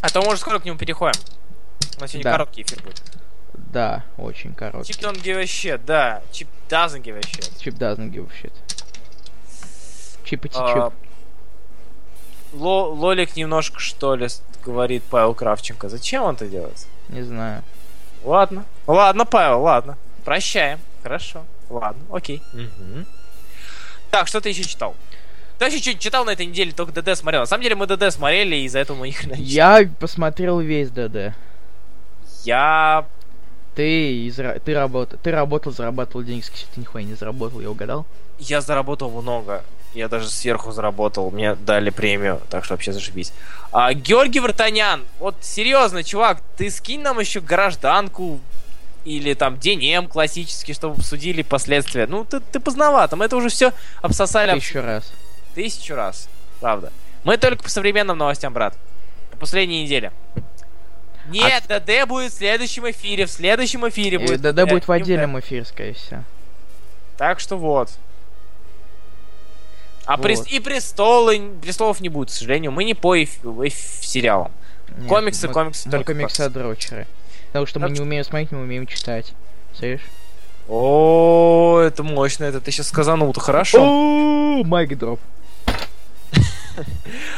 Speaker 2: А то, может, скоро к нему переходим. У нас сегодня
Speaker 1: Да.
Speaker 2: короткий эфир будет.
Speaker 1: Да, очень короткий.
Speaker 2: Чип don't give a shit, да. Чип doesn't give a shit.
Speaker 1: Чип doesn't give a shit. Чип и
Speaker 2: А,
Speaker 1: чип.
Speaker 2: Ло- Лолик А, немножко, что ли, с- говорит Павел Кравченко. Зачем он это делает?
Speaker 1: Не знаю.
Speaker 2: Ладно. Ладно, Павел, ладно. Прощаем. Хорошо. Ладно, окей. Мгм. Так, что ты еще читал? Ты вообще что читал на этой неделе, только ДД смотрел. На самом деле мы ДД смотрели, и из-за этого мы их <laughs>
Speaker 1: Я посмотрел весь ДД.
Speaker 2: Я...
Speaker 1: Ты, изра- ты, работ... ты работал, зарабатывал деньги, если ты нихуя не заработал, я угадал.
Speaker 2: Я заработал много. Я даже сверху заработал. Мне дали премию, так что вообще зашибись. А, Георгий Вартанян, вот серьезно, чувак, ты скинь нам еще гражданку или там ДНМ классический, чтобы судили последствия. Ну, ты, ты поздновато, мы это уже все обсосали, обсосали.
Speaker 1: Еще раз.
Speaker 2: Тысячу раз. Правда. Мы только по современным новостям, брат. Последняя неделя. Нет, ДД будет в следующем эфире. В следующем эфире
Speaker 1: А И
Speaker 2: будет.
Speaker 1: ДД будет в
Speaker 2: не
Speaker 1: отдельном эфире, скорее всего.
Speaker 2: Так что вот. А
Speaker 1: Вот.
Speaker 2: прес- и престолы, престолов не будет, к сожалению. Мы не по эф- эф- сериалам.
Speaker 1: Нет,
Speaker 2: комиксы,
Speaker 1: мы-
Speaker 2: комиксы
Speaker 1: мы
Speaker 2: только
Speaker 1: комиксы
Speaker 2: комиксы.
Speaker 1: от дрочеры. Потому что мы
Speaker 2: Так
Speaker 1: не
Speaker 2: что-
Speaker 1: умеем смотреть, мы умеем читать. Слышишь?
Speaker 2: О, это мощно, это ты сейчас сказанул-то хорошо.
Speaker 1: О, Майк дроп.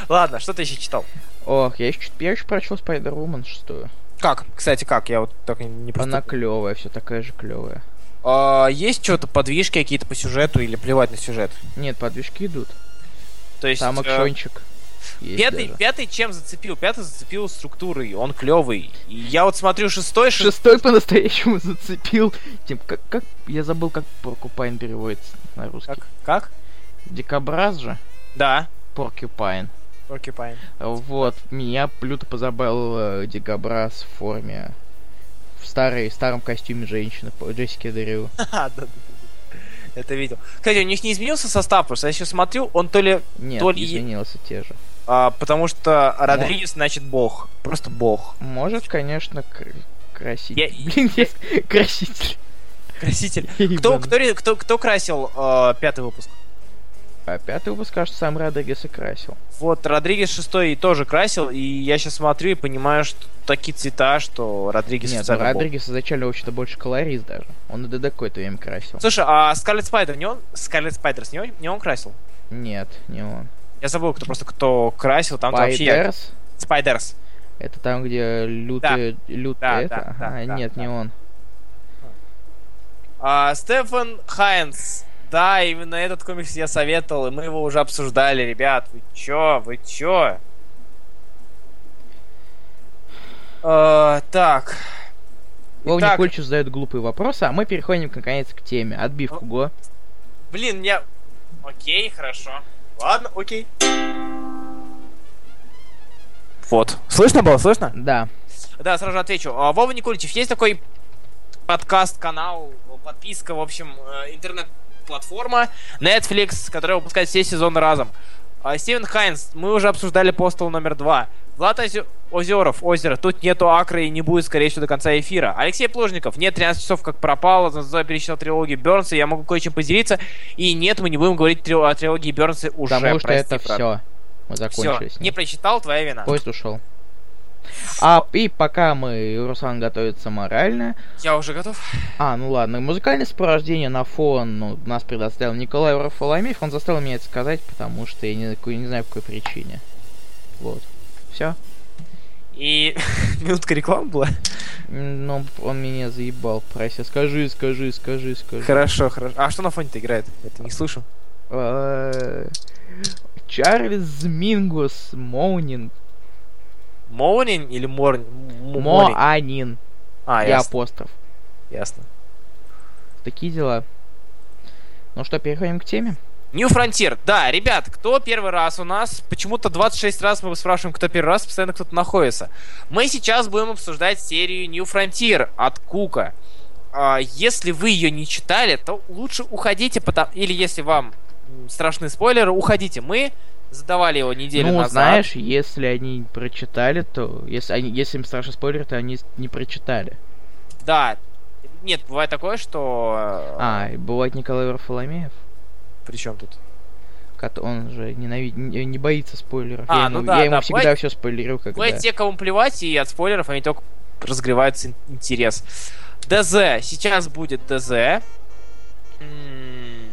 Speaker 2: Ладно, что ты еще читал?
Speaker 1: Ох, я еще, я еще прочел Spider-Woman шестую.
Speaker 2: Как? Кстати, как? Я вот так и не
Speaker 1: Она
Speaker 2: приступил.
Speaker 1: клевая, все такая же клевая.
Speaker 2: А, Есть что-то подвижки какие-то по сюжету или плевать на сюжет?
Speaker 1: Нет, подвижки идут.
Speaker 2: То есть
Speaker 1: Там
Speaker 2: э,
Speaker 1: акшончик. есть
Speaker 2: Пятый, <laughs>
Speaker 1: даже.
Speaker 2: пятый чем зацепил? Пятый зацепил структурой, он клевый. И я вот смотрю шестой, шестой.
Speaker 1: Шестой по-настоящему зацепил. Типа, как, как, я забыл, как поркупайн переводится на русский.
Speaker 2: Как? Как?
Speaker 1: Дикобраз же?
Speaker 2: Да.
Speaker 1: Поркупайн.
Speaker 2: Porcupine.
Speaker 1: Вот, меня люто позабавил э, дикобраз в форме. В старой, старом костюме женщины, по- Джессики
Speaker 2: <laughs>
Speaker 1: Дэрю.
Speaker 2: Ха, <laughs> да, да, да. Это видел. Кстати, у них не изменился состав, просто я сейчас смотрю, он то ли...
Speaker 1: Нет,
Speaker 2: Толь
Speaker 1: не
Speaker 2: и-
Speaker 1: изменился те же.
Speaker 2: а, потому что Родригес значит бог. Просто бог.
Speaker 1: Может, конечно, кр- краситель.
Speaker 2: Я-
Speaker 1: Блин, я... <laughs> краситель.
Speaker 2: Краситель. Кто, кто, ре- кто, кто красил э, пятый выпуск?
Speaker 1: А пятый выпуск, кажется, сам Родригес и красил.
Speaker 2: Вот, Родригес шестой тоже красил, и я сейчас смотрю и понимаю, что такие цвета, что Родригес
Speaker 1: Нет, ну,
Speaker 2: специально бог.
Speaker 1: Родригес изначально очень-то больше колорист даже. Он и ДД какое-то время красил.
Speaker 2: Слушай, а Скарлетт Спайдер не он? Скарлетт Спайдерс не он, не он красил?
Speaker 1: Нет, не он.
Speaker 2: Я забыл, кто просто кто красил, там вообще я-
Speaker 1: Пайдерс?
Speaker 2: Спайдерс.
Speaker 1: Это там, где лютые... лютые
Speaker 2: Да,
Speaker 1: это?
Speaker 2: да, да,
Speaker 1: Ага,
Speaker 2: да,
Speaker 1: нет,
Speaker 2: да.
Speaker 1: не он.
Speaker 2: А, Стефан Хайнс. Да, именно этот комикс я советовал, и мы его уже обсуждали, ребят. Вы чё? Вы чё? Э, так.
Speaker 1: Вов
Speaker 2: Итак.
Speaker 1: Никольевич задает глупые вопросы, а мы переходим, наконец, к теме. Отбивку,
Speaker 2: Ну,
Speaker 1: го.
Speaker 2: Блин, я... Окей, хорошо. Ладно, окей. Вот. Слышно было? Слышно?
Speaker 1: Да.
Speaker 2: Да, сразу же отвечу. А, Вова Никольчев, есть такой подкаст, канал, подписка, в общем, э, интернет-платформа Netflix, которая выпускает все сезоны разом. А, Стивен Хайнс, мы уже обсуждали постол номер два. Влад Озё- Озеров, озеро, тут нету акры и не будет, скорее всего, до конца эфира. Алексей Плужников, нет, 13 часов как пропало, за перечитал трилогию Бернса, я могу кое-чем поделиться. И нет, мы не будем говорить трил- о трилогии Бернса уже.
Speaker 1: Потому что
Speaker 2: прости,
Speaker 1: это
Speaker 2: брат.
Speaker 1: все. Мы
Speaker 2: Всё,
Speaker 1: закончили с
Speaker 2: не
Speaker 1: ним.
Speaker 2: прочитал, твоя вина.
Speaker 1: Поезд ушел. А, и пока мы, Руслан готовится морально,
Speaker 2: Я уже готов.
Speaker 1: А, ну ладно. Музыкальное сопровождение на фон ну, нас предоставил Николай Варфоломеев. Он заставил меня это сказать, потому что я не, какой- не знаю, по какой причине. Вот. Все.
Speaker 2: И <laughs> минутка рекламы была.
Speaker 1: Но Ну, он меня заебал, прося. Скажи, скажи, скажи, скажи.
Speaker 2: Хорошо, хорошо. А что на фоне-то играет? Это не слышу.
Speaker 1: Э, Чарльз Мингус Моунин.
Speaker 2: Моунин или Морн? М- Морин?
Speaker 1: Моанин.
Speaker 2: А,
Speaker 1: И
Speaker 2: ясно.
Speaker 1: апостроф.
Speaker 2: ясно.
Speaker 1: Такие дела. Ну что, переходим к теме?
Speaker 2: New Frontier. Да, ребят, кто первый раз у нас? Почему-то 26 раз мы спрашиваем, кто первый раз, постоянно кто-то находится. Мы сейчас будем обсуждать серию New Frontier от Кука. А, если вы ее не читали, то лучше уходите, потому... или если вам м, страшны спойлеры, уходите. Мы задавали его неделю
Speaker 1: ну,
Speaker 2: назад.
Speaker 1: знаешь, если они прочитали, то... Если, они, если им страшно спойлер, то они не прочитали.
Speaker 2: Да. Нет, бывает такое, что... э,
Speaker 1: А, и бывает Николай Варфоломеев,
Speaker 2: При чем тут?
Speaker 1: кот- он же ненавидит, не, не боится спойлеров.
Speaker 2: А,
Speaker 1: я
Speaker 2: ну
Speaker 1: ему,
Speaker 2: да,
Speaker 1: я ему
Speaker 2: да,
Speaker 1: всегда
Speaker 2: бывает-
Speaker 1: все спойлерю, когда...
Speaker 2: Бывает те, кому плевать, и от спойлеров они только разгревают ин- интерес. ДЗ. Сейчас будет ДЗ. М-м-м. М,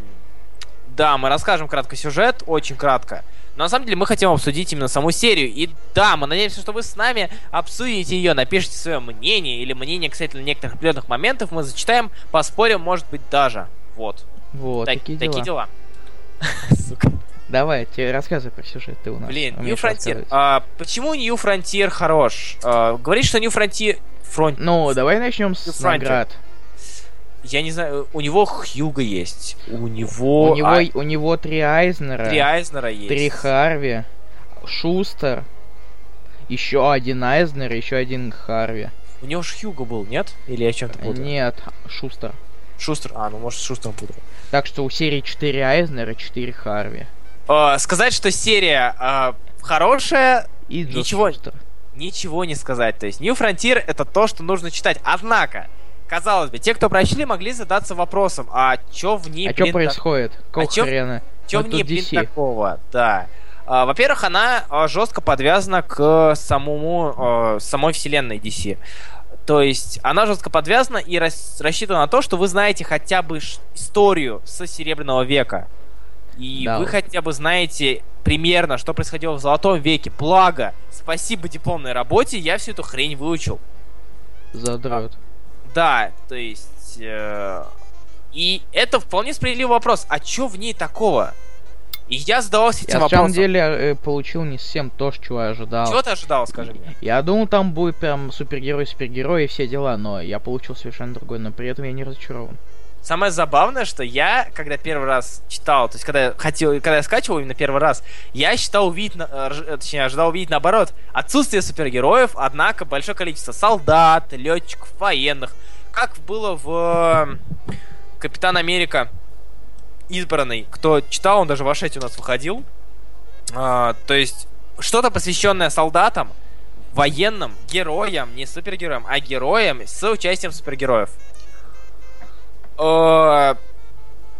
Speaker 2: Да, мы расскажем кратко сюжет, очень кратко. Но на самом деле мы хотим обсудить именно саму серию. И да, мы надеемся, что вы с нами обсудите ее, напишите свое мнение или мнение кстати, некоторых определенных моментов. Мы зачитаем, поспорим, может быть, даже. Вот.
Speaker 1: Вот,
Speaker 2: Так-
Speaker 1: такие,
Speaker 2: такие
Speaker 1: дела.
Speaker 2: дела.
Speaker 1: <laughs>
Speaker 2: Сука.
Speaker 1: Давай, тебе рассказывай про сюжет, ты у нас.
Speaker 2: Блин, New
Speaker 1: умеешь
Speaker 2: Frontier.
Speaker 1: рассказывать.
Speaker 2: А, почему New Frontier хорош? А, говорит, что New Frontier... Фронт...
Speaker 1: Ну, давай начнем
Speaker 2: New
Speaker 1: с
Speaker 2: Frontier.
Speaker 1: наград.
Speaker 2: Я не знаю, у него Хьюга есть. У него...
Speaker 1: У него,
Speaker 2: а,
Speaker 1: у него три Айзнера,
Speaker 2: три Айзнера есть.
Speaker 1: три Харви, Шустер, еще один Айзнер, еще один Харви.
Speaker 2: У него же Хьюго был, нет? Или я чем-то путаю?
Speaker 1: Нет, Шустер.
Speaker 2: Шустер. А, ну может Шустер путаю.
Speaker 1: Так что у серии 4 Айзнера, 4 Харви.
Speaker 2: А, сказать, что серия а, хорошая,
Speaker 1: И Джо
Speaker 2: Ничего.
Speaker 1: Шустер.
Speaker 2: ничего не сказать. То есть New Frontier это то, что нужно читать. Однако, казалось бы, те, кто прочли, могли задаться вопросом, а чё в ней,
Speaker 1: а что
Speaker 2: блин, так-
Speaker 1: происходит? Какого
Speaker 2: чё-
Speaker 1: хрена?
Speaker 2: Чё
Speaker 1: Ну,
Speaker 2: в
Speaker 1: тут
Speaker 2: ней, блин,
Speaker 1: DC.
Speaker 2: такого? Да. А, Во-первых, она а, жестко подвязана к самому а, самой вселенной DC. То есть она жестко подвязана и рас- рассчитана на то, что вы знаете хотя бы ш- историю со Серебряного века. И
Speaker 1: Да
Speaker 2: вы
Speaker 1: уж.
Speaker 2: хотя бы знаете примерно, что происходило в Золотом веке. Благо, спасибо дипломной работе, я всю эту хрень выучил.
Speaker 1: Задрот.
Speaker 2: Да, то есть... э, и это вполне справедливый вопрос. А чё в ней такого? И я задавался
Speaker 1: Я
Speaker 2: этим
Speaker 1: на
Speaker 2: вопросом.
Speaker 1: самом деле э, получил не совсем то, чего я ожидал.
Speaker 2: Чего ты ожидал, скажи мне?
Speaker 1: Я думал, там будет прям супергерой, супергерой и все дела, но я получил совершенно другой, но при этом я не разочарован.
Speaker 2: Самое забавное, что я, когда первый раз читал, то есть когда я хотел, когда я скачивал именно первый раз, я считал увидеть, на- э, рж- э, точнее, ожидал увидеть наоборот, отсутствие супергероев, однако большое количество солдат, летчиков, военных, как было в э, Капитан Америка избранный, кто читал, он даже в Ашете у нас выходил. А, то есть что-то посвященное солдатам, военным, героям, не супергероям, а героям с участием супергероев. Э,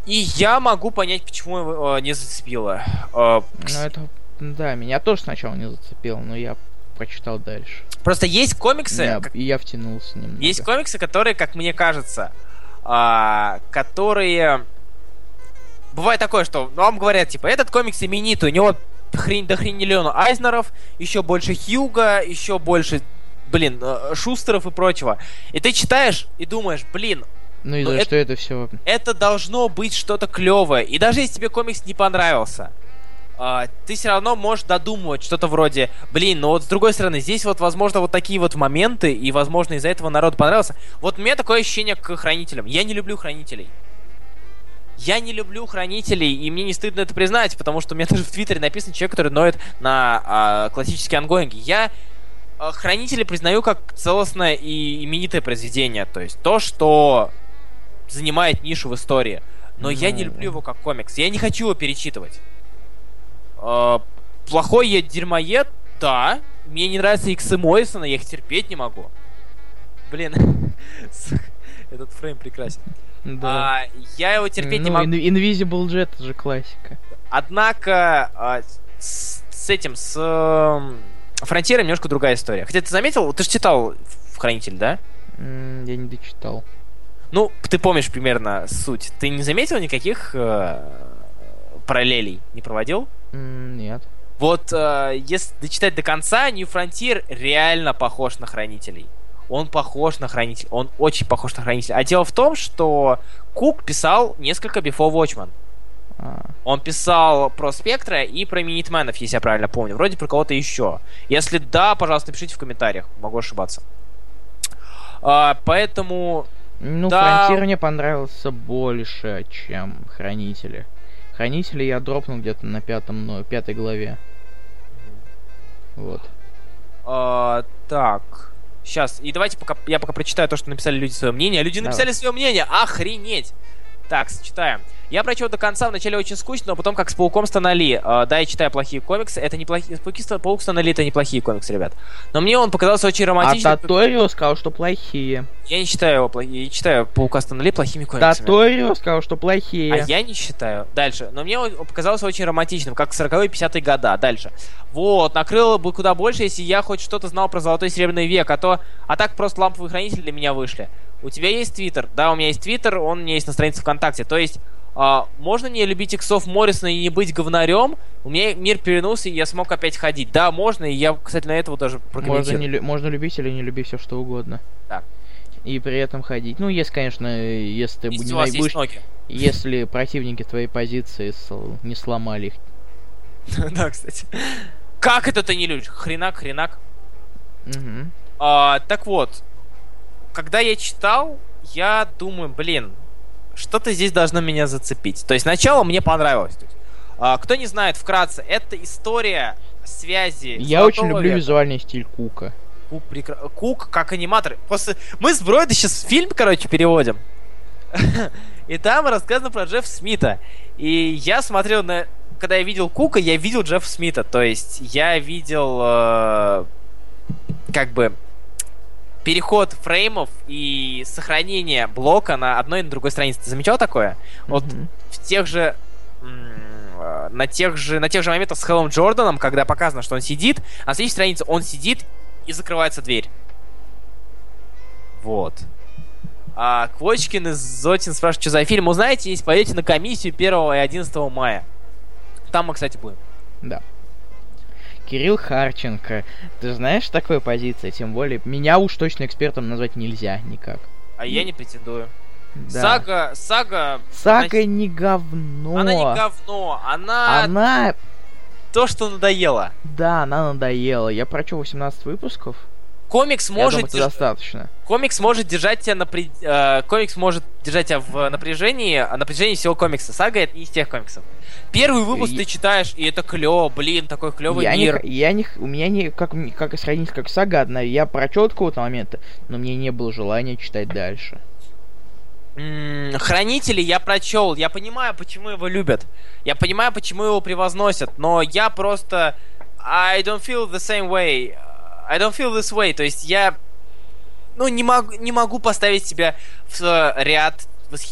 Speaker 2: И я могу понять, почему его, э, не зацепило. Э,
Speaker 1: Ну это, да, меня тоже сначала не зацепило, но я прочитал дальше. Ну,
Speaker 2: Просто есть комиксы,
Speaker 1: Я-
Speaker 2: как-
Speaker 1: И я втянулся немного.
Speaker 2: есть комиксы, которые, как мне кажется, а, которые... Бывает такое, что вам говорят, типа, этот комикс именитый, у него хрень до хрень миллиона Айзнеров, еще больше Хьюга, еще больше, блин, э, Шустеров и прочего. И ты читаешь и думаешь, блин,
Speaker 1: Ну и
Speaker 2: ну,
Speaker 1: за
Speaker 2: это-
Speaker 1: что это все?
Speaker 2: это должно быть что-то клевое. И даже если тебе комикс не понравился, а, ты все равно можешь додумывать что-то вроде, блин, ну вот с другой стороны, здесь вот, возможно, вот такие вот моменты, и, возможно, из-за этого народу понравился. Вот у меня такое ощущение к хранителям. Я не люблю хранителей. Я не люблю хранителей, и мне не стыдно это признать, потому что у меня <laughs> даже в Твиттере написан человек, который ноет на а, классические ангоинги. Я а, хранители признаю как целостное и именитое произведение. То есть то, что занимает нишу в истории. Но я не
Speaker 1: Ну.
Speaker 2: люблю его как комикс. Я не хочу его перечитывать. А, плохой я дерьмоед, да. Мне не нравится Иксы Моррисона, я их терпеть не могу. Блин, <laughs> сука, <laughs> этот фрейм прекрасен.
Speaker 1: Да.
Speaker 2: А, я его терпеть не
Speaker 1: Ну,
Speaker 2: могу.
Speaker 1: Ин- Invisible Jet это же классика.
Speaker 2: Однако а, с, с этим, с эм, Фронтиром немножко другая история. Хотя ты заметил, ты же читал в Хранитель, да?
Speaker 1: М, Я не дочитал.
Speaker 2: Ну, ты помнишь примерно суть. Ты не заметил никаких э, параллелей? Не проводил?
Speaker 1: М, Нет.
Speaker 2: Вот, э, если дочитать до конца, New Frontier реально похож на Хранителей. Он похож на Хранителей, он очень похож на Хранителей. А дело в том, что Кук писал несколько Before Watchmen.
Speaker 1: А,
Speaker 2: Он писал про Спектра и про Минитменов, если я правильно помню. Вроде про кого-то еще. Если да, пожалуйста, напишите в комментариях. Могу ошибаться. А, поэтому...
Speaker 1: Ну,
Speaker 2: Да.
Speaker 1: Фронтир мне понравился больше, чем Хранители. Хранители я дропнул где-то на пятом, но пятой главе. Вот.
Speaker 2: а, так... Сейчас, и давайте пока я пока прочитаю то, что написали люди свое мнение. Люди
Speaker 1: Давай.
Speaker 2: написали свое мнение, охренеть! Так, читаем. Я прочел до конца, вначале очень скучно, но потом как с пауком Станали. А, да, я читаю плохие комиксы. Это не плохие... Пауки Ста- Паук Станали это неплохие комиксы, ребят. Но мне он показался очень
Speaker 1: А
Speaker 2: романтичным.
Speaker 1: Таторио сказал, что плохие.
Speaker 2: Я не считаю его плохим. Я не считаю Паука Станли плохими комиксами.
Speaker 1: Таторио сказал, что плохие.
Speaker 2: А я не считаю. Дальше. Но мне он показался очень романтичным, как 40-е и 50-е года. Дальше. Вот, накрыло бы куда больше, если я хоть что-то знал про золотой и серебряный век, а то. А так просто ламповые хранители для меня вышли. У тебя есть твиттер? Да, у меня есть твиттер, он у меня есть на странице ВКонтакте. То есть а, можно не любить иксов Моррисона и не быть говнарем? У меня мир перенулся, и я смог опять ходить. Да, можно, и я, кстати, на этого даже
Speaker 1: Можно,
Speaker 2: прокомментирую.
Speaker 1: не, лю- можно любить или не любить все что угодно.
Speaker 2: Да.
Speaker 1: И при этом ходить. Ну, если, конечно, если ты
Speaker 2: Если
Speaker 1: не
Speaker 2: у вас
Speaker 1: наебешь-
Speaker 2: есть ноги.
Speaker 1: если противники твоей позиции сл- не сломали их.
Speaker 2: <laughs> Да, кстати. Как это ты не любишь? Хренак, хренак.
Speaker 1: Мгм.
Speaker 2: А, так вот, когда я читал, я думаю, блин, что-то здесь должно меня зацепить. То есть сначала мне понравилось. То есть, а, кто не знает, вкратце, это история связи.
Speaker 1: Я
Speaker 2: Золотого
Speaker 1: очень люблю
Speaker 2: века.
Speaker 1: визуальный стиль Кука.
Speaker 2: Кук, прекра- Кук как аниматор. Просто мы с Бройда сейчас фильм, короче, переводим. <laughs> И там рассказано про Джефф Смита. И я смотрел на... Когда я видел Кука, я видел Джеффа Смита. То есть я видел э, как бы переход фреймов и сохранение блока на одной и на другой странице. Ты замечал такое? Вот
Speaker 1: Мгм.
Speaker 2: в тех же м, э, на тех же на тех же моментах с Хеллом Джорданом, когда показано, что он сидит, а на следующей странице он сидит и закрывается дверь. Вот. А Квочкин и Зотин спрашивают, что за фильм узнаете, если пойдете на комиссию 1 и 11 мая. Там мы, кстати, будем.
Speaker 1: Кирилл Харченко. Ты знаешь такой позиции? Тем более, меня уж точно экспертом назвать нельзя никак.
Speaker 2: А я не претендую.
Speaker 1: Да.
Speaker 2: Сага, сага,
Speaker 1: Сага не говно.
Speaker 2: она не говно, она
Speaker 1: Она-
Speaker 2: то, что надоело.
Speaker 1: Да, она надоела. Я прочел 18 выпусков. Я
Speaker 2: Комикс
Speaker 1: думаю,
Speaker 2: может
Speaker 1: это
Speaker 2: держ-
Speaker 1: достаточно.
Speaker 2: Комикс может держать тебя на при- э, комикс может держать тебя в напряжении, а напряжении всего комикса. Сага это не из тех комиксов. Первый выпуск
Speaker 1: И-
Speaker 2: ты читаешь, и это клево, блин, такой клевый
Speaker 1: я
Speaker 2: мир.
Speaker 1: Не, х- я не, х- у меня не, как, мне- как и сравнить, как сага одна, я прочел до какого-то момента, но мне не было желания читать дальше.
Speaker 2: М, Хранители я прочел, я понимаю, почему его любят, я понимаю, почему его превозносят, но я просто I don't feel the same way, I don't feel this way, то есть я ну не могу не могу поставить себя в э, ряд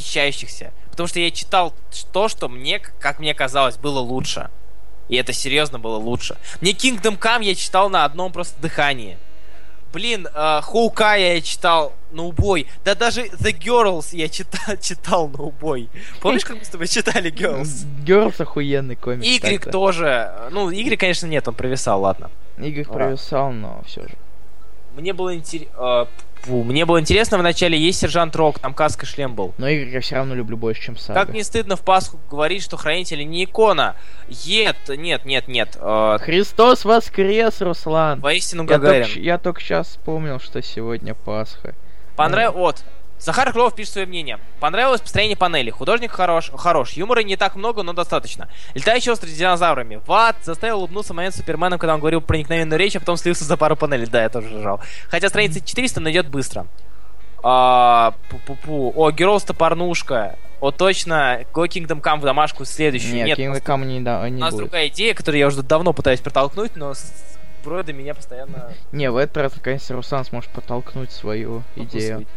Speaker 2: восхищающихся, потому что я читал то, что мне, как мне казалось, было лучше, и это серьезно было лучше. Мне Kingdom Come я читал на одном просто дыхании. Блин, э, Хоукая я читал на убой. Да даже The Girls я читал, <laughs> читал на убой. Помнишь, как мы с тобой читали Girls?
Speaker 1: Girls охуенный комикс.
Speaker 2: Игрик
Speaker 1: так-то.
Speaker 2: тоже. Ну, Игрик, конечно, нет, он провисал, ладно.
Speaker 1: Игорь
Speaker 2: Да.
Speaker 1: провисал, но все же.
Speaker 2: Мне было интересно... Мне было интересно вначале, есть сержант Рок, там каска и шлем был.
Speaker 1: Но Игорь я все равно люблю больше, чем сага.
Speaker 2: Как не стыдно в Пасху говорить, что хранители не икона. Нет, нет, нет, нет. э,
Speaker 1: Христос воскрес, Руслан!
Speaker 2: воистину
Speaker 1: Я только,
Speaker 2: Гагарин.
Speaker 1: щ- я только сейчас вспомнил, что сегодня Пасха.
Speaker 2: Понравилось... Вот. Захар Крылов пишет свое мнение. Понравилось построение панели. Художник хорош, хорош. Юмора не так много, но достаточно. Летающий остров с динозаврами. Ват заставил улыбнуться момент с Суперменом, когда он говорил проникновенную речь, а потом слился за пару панелей. Да, я тоже ржал. Хотя страница 400 найдет быстро. А, пу-пу-пу. О, Герлс-то порнушка. О, точно. Go Kingdom Come в домашку следующую.
Speaker 1: Нет,
Speaker 2: Нет,
Speaker 1: Кинга
Speaker 2: у
Speaker 1: Камни не, да- э, не
Speaker 2: нас
Speaker 1: будет.
Speaker 2: другая идея, которую я уже давно пытаюсь протолкнуть, но с Бройда меня постоянно...
Speaker 1: Не, в этот раз, конечно, Руслан сможет протолкнуть свою идею.
Speaker 2: Наконец-таки.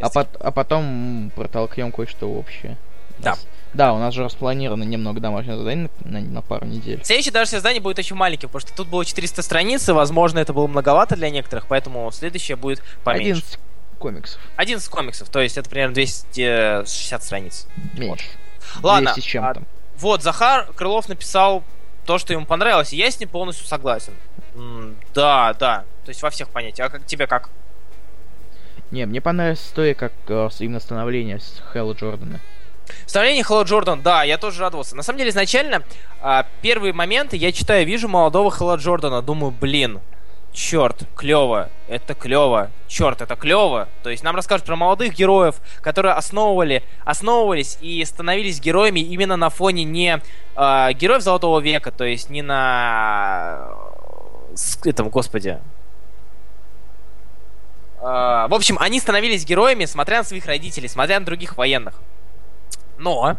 Speaker 1: А, пот- а потом протолкнем кое-что общее. У
Speaker 2: Да.
Speaker 1: нас- Да, у нас же распланировано немного домашнего задания на, на- на пару недель.
Speaker 2: Следующее даже издание будет очень маленьким, потому что тут было 400 страниц, и, возможно, это было многовато для некоторых, поэтому следующее будет поменьше.
Speaker 1: 11 комиксов.
Speaker 2: 11 комиксов, то есть это примерно 260 страниц.
Speaker 1: Меньше.
Speaker 2: Ладно,
Speaker 1: 200 с чем
Speaker 2: а,
Speaker 1: там.
Speaker 2: вот, Захар Крылов написал то, что ему понравилось, и я с ним полностью согласен. М, да, да, то есть во всех понятиях. А как тебе как?
Speaker 1: Не, мне понравилась история, как э, с- именно становление с Хэлла Джордана.
Speaker 2: Вставление Хэлла Джордан, да, я тоже радовался. На самом деле, изначально а, первые моменты я читаю, вижу молодого Хэлла Джордана, думаю, блин, черт, клево, это клево, черт, это клево. То есть нам расскажут про молодых героев, которые основывали, основывались и становились героями именно на фоне не а, героев Золотого века, то есть не на с- этом, господи. А, в общем, они становились героями, смотря на своих родителей, смотря на других военных. Но.